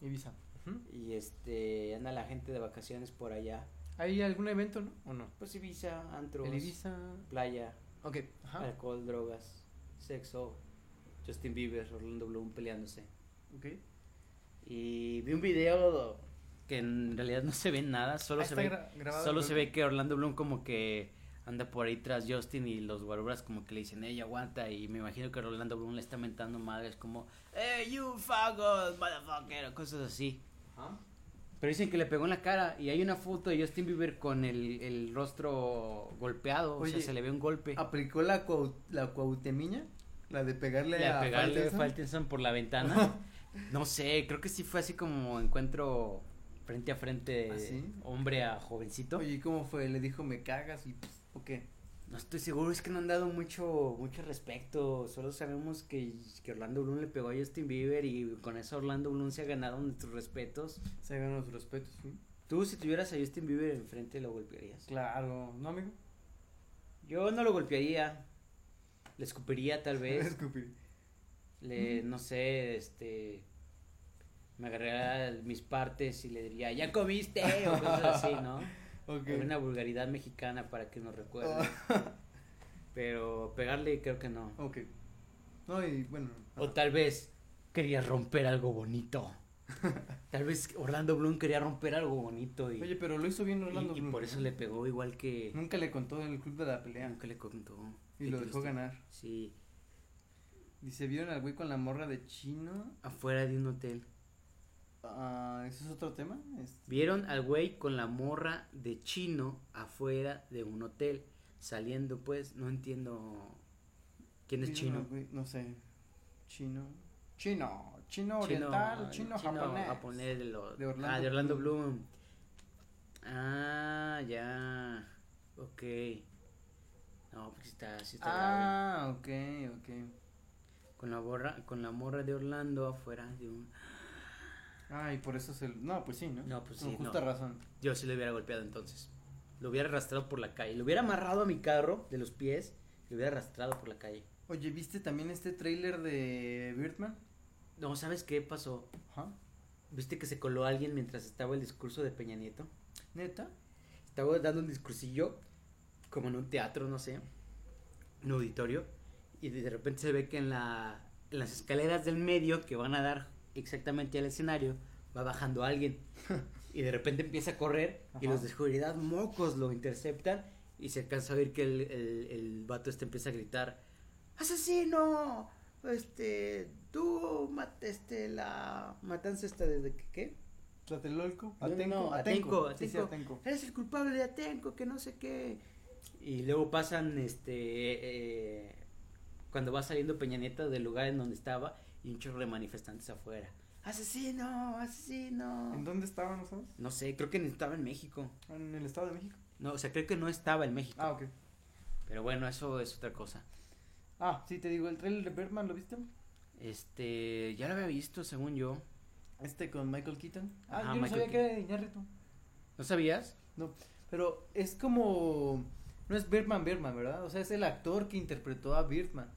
[SPEAKER 5] Ibiza. Ujú.
[SPEAKER 2] Y este, anda la gente de vacaciones por allá.
[SPEAKER 5] ¿Hay algún evento, no? ¿O no?
[SPEAKER 2] Pues Ibiza, antros,
[SPEAKER 5] El Ibiza.
[SPEAKER 2] playa,
[SPEAKER 5] Ok, ajá.
[SPEAKER 2] alcohol, drogas, sexo, Justin Bieber, Orlando Bloom peleándose.
[SPEAKER 5] Ok.
[SPEAKER 2] Y vi un video que en realidad no se ve nada, solo
[SPEAKER 5] Ah,
[SPEAKER 2] se
[SPEAKER 5] está
[SPEAKER 2] ve
[SPEAKER 5] gra- grabado
[SPEAKER 2] Solo
[SPEAKER 5] el
[SPEAKER 2] se
[SPEAKER 5] golpe.
[SPEAKER 2] ve que Orlando Bloom como que anda por ahí tras Justin y los guaruras como que le dicen, ella aguanta. Y me imagino que Orlando Bloom le está mentando madres como, hey, you faggot, motherfucker, o cosas así.
[SPEAKER 1] Ah.
[SPEAKER 2] Pero dicen que le pegó en la cara y hay una foto de Justin Bieber con el, el rostro golpeado, o
[SPEAKER 1] Oye,
[SPEAKER 2] sea, se le ve un golpe.
[SPEAKER 1] ¿Aplicó la, cuau- la cuautemiña? La de pegarle
[SPEAKER 2] Le
[SPEAKER 1] a
[SPEAKER 2] pegarle a
[SPEAKER 1] Faitelson.
[SPEAKER 2] Faltenson por la ventana. No sé, creo que sí fue así como encuentro frente a frente,
[SPEAKER 1] ¿Ah, sí?
[SPEAKER 2] hombre a jovencito.
[SPEAKER 1] Oye, ¿y ¿cómo fue? Le dijo, me cagas y
[SPEAKER 5] pues,
[SPEAKER 1] pss, ¿o qué?
[SPEAKER 2] No estoy seguro, es que no han dado mucho, mucho respecto. Solo sabemos que, que Orlando Bloom le pegó a Justin Bieber y con eso Orlando Bloom se ha ganado nuestros respetos.
[SPEAKER 1] Se ganan los respetos, ¿sí?
[SPEAKER 2] Tú, si tuvieras a Justin Bieber enfrente, lo golpearías.
[SPEAKER 1] Claro, ¿no, amigo?
[SPEAKER 2] Yo no lo golpearía. Le escupiría, tal vez.
[SPEAKER 1] Escupir.
[SPEAKER 2] Le, no sé, este. Me agarraría mis partes y le diría, ¡ya comiste! O cosas así, ¿no?
[SPEAKER 1] Ok.
[SPEAKER 2] Era una vulgaridad mexicana para que nos recuerde. Pero pegarle, creo que no.
[SPEAKER 1] Ok. No, y bueno.
[SPEAKER 2] O tal vez quería romper algo bonito. Tal vez Orlando Bloom quería romper algo bonito y,
[SPEAKER 1] Oye, pero lo hizo bien
[SPEAKER 2] y-
[SPEAKER 1] Orlando
[SPEAKER 2] y
[SPEAKER 1] Bloom.
[SPEAKER 2] por eso le pegó igual que
[SPEAKER 1] Nunca le contó el club de la pelea.
[SPEAKER 2] nunca le contó.
[SPEAKER 1] Y
[SPEAKER 2] Qué
[SPEAKER 1] lo dejó
[SPEAKER 2] triste.
[SPEAKER 1] ganar.
[SPEAKER 2] Sí,
[SPEAKER 1] Dice, ¿vieron al güey con la morra de chino?
[SPEAKER 2] afuera de un hotel.
[SPEAKER 1] Ah, ¿Eso es otro tema? Este, Es-
[SPEAKER 2] Vieron al güey con la morra de chino afuera de un hotel. Saliendo pues, no entiendo quién es
[SPEAKER 1] ¿Vieron al
[SPEAKER 2] chino.
[SPEAKER 1] güey? No sé. Chino. Chino. Chino
[SPEAKER 2] Chino-
[SPEAKER 1] oriental, chino, japonés.
[SPEAKER 2] japonés de, lo-
[SPEAKER 1] De
[SPEAKER 2] ah,
[SPEAKER 1] Orlando
[SPEAKER 2] de Orlando Bloom.
[SPEAKER 1] Bloom.
[SPEAKER 2] Ah, ya. Ok. No, pues sí está, sí está grave.
[SPEAKER 1] Ah, ok, ok.
[SPEAKER 2] Con la borra, con la morra de Orlando afuera de un.
[SPEAKER 1] Ah, y por eso se... No, pues sí, ¿no?
[SPEAKER 2] No, pues
[SPEAKER 1] Con
[SPEAKER 2] sí,
[SPEAKER 1] justa
[SPEAKER 2] no.
[SPEAKER 1] razón.
[SPEAKER 2] Yo sí lo hubiera golpeado entonces. Lo hubiera arrastrado por la calle. Lo hubiera amarrado a mi carro de los pies. y Lo hubiera arrastrado por la calle.
[SPEAKER 1] Oye, ¿viste también este tráiler de Birdman?
[SPEAKER 2] No, ¿sabes qué pasó?
[SPEAKER 1] Ajá.
[SPEAKER 2] ¿Viste que se coló alguien mientras estaba el discurso de Peña Nieto?
[SPEAKER 1] ¿Neta?
[SPEAKER 2] Estaba dando un discursillo, como en un teatro, no sé, un auditorio, y de repente se ve que en, la, en las escaleras del medio que van a dar exactamente al escenario, va bajando alguien. Y de repente empieza a correr,
[SPEAKER 1] Ajá.
[SPEAKER 2] y los de seguridad mocos lo interceptan, y se alcanza a oír que el, el, el vato este empieza a gritar: ¡Asesino! Este, tú, mat- este, la matanza esta desde que, ¿qué?
[SPEAKER 1] Tlatelolco.
[SPEAKER 2] No, no, no, Atenco,
[SPEAKER 1] Atenco. Sí, sí,
[SPEAKER 2] Atenco.
[SPEAKER 1] Atenco.
[SPEAKER 2] eres el culpable de Atenco, que no sé qué. Y luego pasan, este, eh, cuando va saliendo Peña Nieto del lugar en donde estaba, y un chorro de manifestantes afuera. Asesino,
[SPEAKER 1] ¿En
[SPEAKER 2] asesino.
[SPEAKER 1] dónde estaban, no sabes?
[SPEAKER 2] No sé, creo que no estaba en México.
[SPEAKER 1] En el Estado de México.
[SPEAKER 2] No, o sea, creo que no estaba en México.
[SPEAKER 1] Ah, ok.
[SPEAKER 2] Pero bueno, eso es otra cosa.
[SPEAKER 1] Ah, sí, te digo, el trailer de Birdman, ¿lo viste?
[SPEAKER 2] Este, ya lo había visto, según yo.
[SPEAKER 1] Este con Michael Keaton. Ah,
[SPEAKER 2] Ajá,
[SPEAKER 1] yo no
[SPEAKER 2] Michael
[SPEAKER 1] sabía que era de Iñárritu.
[SPEAKER 2] ¿No sabías?
[SPEAKER 1] Pero es como. No es Birdman Birdman, ¿verdad? O sea, es el actor que interpretó a Birdman.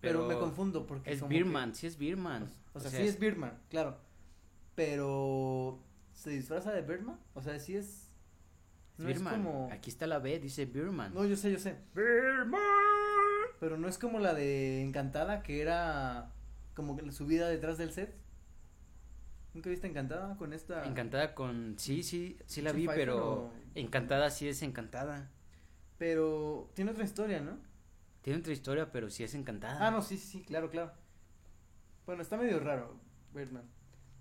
[SPEAKER 1] Pero, me confundo porque.
[SPEAKER 2] Es
[SPEAKER 1] como que-
[SPEAKER 2] Birman, sí es Birman.
[SPEAKER 1] O sea, sí es Birdman, claro. Pero. ¿Se disfraza de Birdman? O sea, sí es. No
[SPEAKER 2] Birman.
[SPEAKER 1] es como.
[SPEAKER 2] Aquí está la B, dice Birman.
[SPEAKER 1] No, yo sé, yo sé. Pero no es como la de Encantada, que era como que su vida detrás del set. ¿Nunca viste Encantada con esta?
[SPEAKER 2] Encantada con. Sí, sí, sí la
[SPEAKER 1] Michelle
[SPEAKER 2] vi,
[SPEAKER 1] Ah. Pfeiffer
[SPEAKER 2] pero.
[SPEAKER 1] o-
[SPEAKER 2] Encantada sí es encantada.
[SPEAKER 1] Pero tiene otra historia, ¿no?
[SPEAKER 2] Tiene otra historia, pero sí es encantada.
[SPEAKER 1] Ah, no, sí, sí, sí, claro, claro. Bueno, está medio raro, Birdman.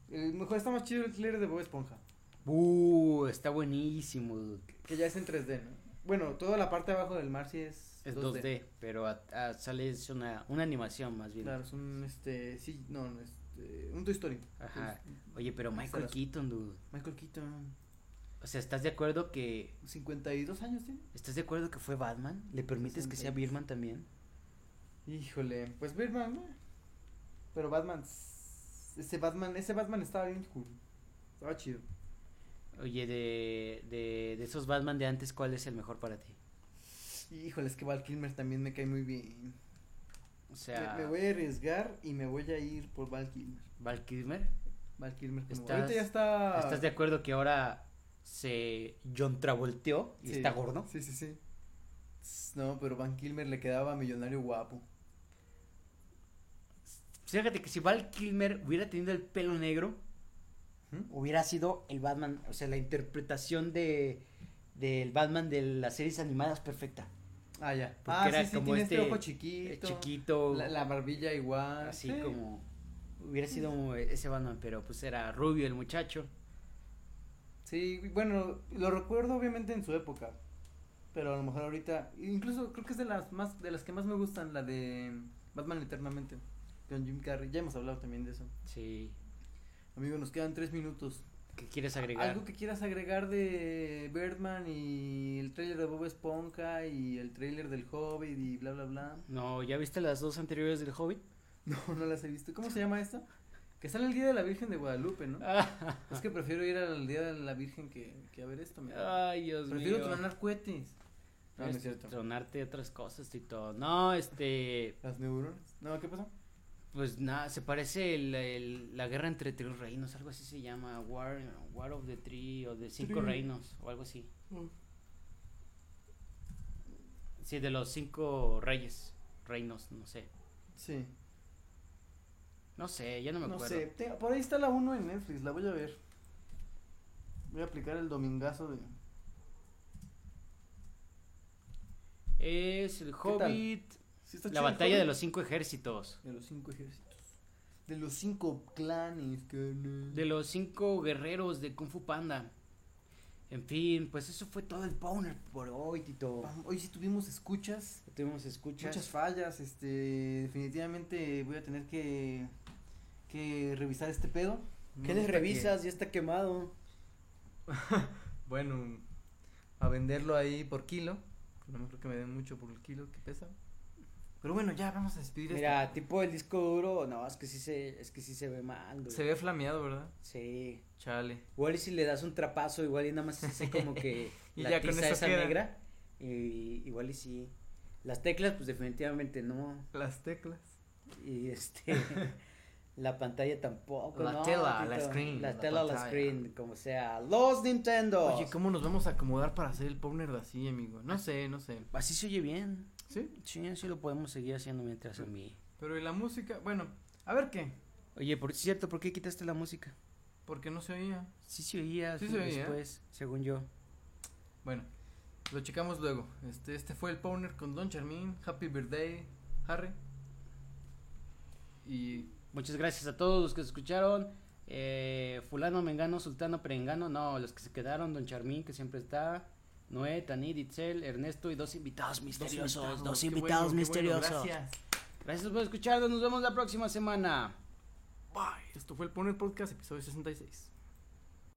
[SPEAKER 1] Eh, mejor está más chido el trailer de Bob Esponja,
[SPEAKER 2] Uh, está buenísimo. dude.
[SPEAKER 1] que ya es en 3D, ¿no? Bueno, toda la parte de abajo del mar sí es,
[SPEAKER 2] Es 2D, pero a- a- sale es una, una animación más bien.
[SPEAKER 1] Claro, es un, este, sí, no, no, este, un Toy Story.
[SPEAKER 2] Ajá.
[SPEAKER 1] Es-
[SPEAKER 2] Oye, pero Michael
[SPEAKER 1] Estarás-
[SPEAKER 2] Keaton, dude.
[SPEAKER 1] Michael Keaton,
[SPEAKER 2] O sea, ¿estás de acuerdo que
[SPEAKER 1] 52 años tiene.
[SPEAKER 2] estás de acuerdo que fue Batman? ¿Le permites que sea
[SPEAKER 1] 60.
[SPEAKER 2] Birman también?
[SPEAKER 1] Híjole, pues Birdman, ¿no? Pero Batman, s- ese Batman, ese Batman estaba bien cool. Estaba chido.
[SPEAKER 2] Oye, de, de, de esos Batman de antes, ¿cuál es el mejor para ti?
[SPEAKER 1] Híjole, es que Val Kilmer también me cae muy bien.
[SPEAKER 2] O
[SPEAKER 1] Me-
[SPEAKER 2] sea,
[SPEAKER 1] Eh, Me, voy a arriesgar y me voy a ir por Val Kilmer.
[SPEAKER 2] Val Kilmer.
[SPEAKER 1] Val Kilmer como-
[SPEAKER 2] Estás-
[SPEAKER 1] Ahorita ya está.
[SPEAKER 2] ¿Estás de acuerdo que ahora se John Travolteó y
[SPEAKER 1] Sí,
[SPEAKER 2] está gordo?
[SPEAKER 1] Sí, sí, sí. Tss, No, pero Val Kilmer le quedaba millonario guapo.
[SPEAKER 2] Pues Fíjate que si Val Kilmer hubiera tenido el pelo negro,
[SPEAKER 1] ¿Mm?
[SPEAKER 2] hubiera sido el Batman, o sea, la interpretación de del Batman de las series animadas perfecta.
[SPEAKER 1] Ah, ya.
[SPEAKER 2] Porque
[SPEAKER 1] Ah,
[SPEAKER 2] era
[SPEAKER 1] sí, sí,
[SPEAKER 2] como
[SPEAKER 1] tiene
[SPEAKER 2] este,
[SPEAKER 1] este ojo
[SPEAKER 2] Eh,
[SPEAKER 1] chiquito.
[SPEAKER 2] Chiquito,
[SPEAKER 1] La, la barbilla igual.
[SPEAKER 2] así
[SPEAKER 1] sí.
[SPEAKER 2] como hubiera sido ese Batman, pero pues era rubio el muchacho.
[SPEAKER 1] Sí, bueno, lo recuerdo obviamente en su época, pero a lo mejor ahorita, incluso creo que es de las más, de las que más me gustan, la de Batman Eternamente, con Jim Carrey, ya hemos hablado también de eso.
[SPEAKER 2] Sí.
[SPEAKER 1] Amigo, nos quedan tres minutos.
[SPEAKER 2] ¿Qué quieres agregar?
[SPEAKER 1] ¿Algo que quieras agregar de Birdman y el tráiler de Bob Esponja y el tráiler del Hobbit y bla bla bla?
[SPEAKER 2] No, ¿ya viste las dos anteriores del Hobbit?
[SPEAKER 1] No, no las he visto. ¿Cómo se llama esta? Que sale el Día de la Virgen de Guadalupe, ¿no?
[SPEAKER 2] Ah.
[SPEAKER 1] Es que prefiero ir al Día de la Virgen que, que a ver esto. mira.
[SPEAKER 2] Ay, Dios
[SPEAKER 1] Prefiero
[SPEAKER 2] Ah, pues mío.
[SPEAKER 1] tronar cohetes. Ah, No, no es
[SPEAKER 2] Este,
[SPEAKER 1] cierto.
[SPEAKER 2] Tronarte otras cosas y todo. No, este,
[SPEAKER 1] Las neuronas. No, ¿qué pasó?
[SPEAKER 2] pues nada, se parece el- el- la guerra entre tres reinos, algo así se llama, War, War of the Three o de cinco
[SPEAKER 1] Three. Mm.
[SPEAKER 2] reinos o algo así. Sí, de los cinco reyes, reinos, no sé.
[SPEAKER 1] Sí.
[SPEAKER 2] No sé, ya no me
[SPEAKER 1] No
[SPEAKER 2] acuerdo.
[SPEAKER 1] sé. te- por ahí está la 1 en Netflix. La voy a ver. Voy a aplicar el domingazo de.
[SPEAKER 2] Es el
[SPEAKER 1] tal?
[SPEAKER 2] Hobbit,
[SPEAKER 1] ¿Sí está
[SPEAKER 2] la
[SPEAKER 1] chido el
[SPEAKER 2] batalla de
[SPEAKER 1] Hobbit?
[SPEAKER 2] los cinco ejércitos,
[SPEAKER 1] De los cinco ejércitos. De los cinco clanes. carnal.
[SPEAKER 2] de los cinco guerreros de Kung Fu Panda. En fin, pues eso fue todo el boner por hoy, Tito.
[SPEAKER 1] Vamos, Hoy sí tuvimos escuchas.
[SPEAKER 2] Tuvimos escuchas.
[SPEAKER 1] Muchas fallas. Este. Definitivamente voy a tener que. Que revisar este pedo.
[SPEAKER 2] ¿Qué
[SPEAKER 1] Resulta
[SPEAKER 2] les
[SPEAKER 1] que-
[SPEAKER 2] revisas? Ya está quemado.
[SPEAKER 1] Bueno, a venderlo ahí por kilo. No creo que me den mucho por el kilo que pesa. Pero bueno, ya vamos a despedir
[SPEAKER 2] Mira,
[SPEAKER 1] esto.
[SPEAKER 2] tipo el disco duro, no, es que sí se, es que sí se ve mal, güey.
[SPEAKER 1] Se ve flameado, ¿verdad?
[SPEAKER 2] Sí.
[SPEAKER 1] Chale.
[SPEAKER 2] Igual y si le das un trapazo, igual y nada más hace como que
[SPEAKER 1] Y
[SPEAKER 2] la
[SPEAKER 1] ya con
[SPEAKER 2] tiza
[SPEAKER 1] eso
[SPEAKER 2] esa
[SPEAKER 1] queda.
[SPEAKER 2] negra. Y igual y sí. Las teclas, pues definitivamente no.
[SPEAKER 1] Las teclas.
[SPEAKER 2] Y este la pantalla tampoco.
[SPEAKER 1] La
[SPEAKER 2] no,
[SPEAKER 1] tela, la
[SPEAKER 2] Tito.
[SPEAKER 1] screen,
[SPEAKER 2] La,
[SPEAKER 1] la
[SPEAKER 2] tela, la
[SPEAKER 1] pantalla.
[SPEAKER 2] screen, como sea. Los Nintendo.
[SPEAKER 1] Oye, ¿cómo nos vamos a acomodar para hacer el Powner de así, amigo? No sé, no sé.
[SPEAKER 2] Así se oye bien.
[SPEAKER 1] ¿Sí?
[SPEAKER 2] Sí, sí lo podemos seguir haciendo mientras a mí.
[SPEAKER 1] Pero ¿y la música? Bueno, a ver qué.
[SPEAKER 2] Oye, por cierto, ¿por qué quitaste la música?
[SPEAKER 1] Porque no se oía.
[SPEAKER 2] Sí se oía
[SPEAKER 1] Sí se oía.
[SPEAKER 2] después, según yo.
[SPEAKER 1] Bueno, lo checamos luego. Este, este fue el Powner con Don Charmin. Happy Birthday, Harry. Y
[SPEAKER 2] Muchas gracias a todos los que escucharon. Eh, fulano, Mengano, Sultano, Perengano, no, los que se quedaron, Don Charmín, que siempre está, Noé, Tanit, Itzel, Ernesto y dos invitados misteriosos, dos invitados,
[SPEAKER 1] qué bueno, qué bueno,
[SPEAKER 2] misteriosos. gracias.
[SPEAKER 1] gracias.
[SPEAKER 2] por escucharnos, nos vemos la próxima semana.
[SPEAKER 1] Bye. Esto fue el Poner Podcast, episodio 66.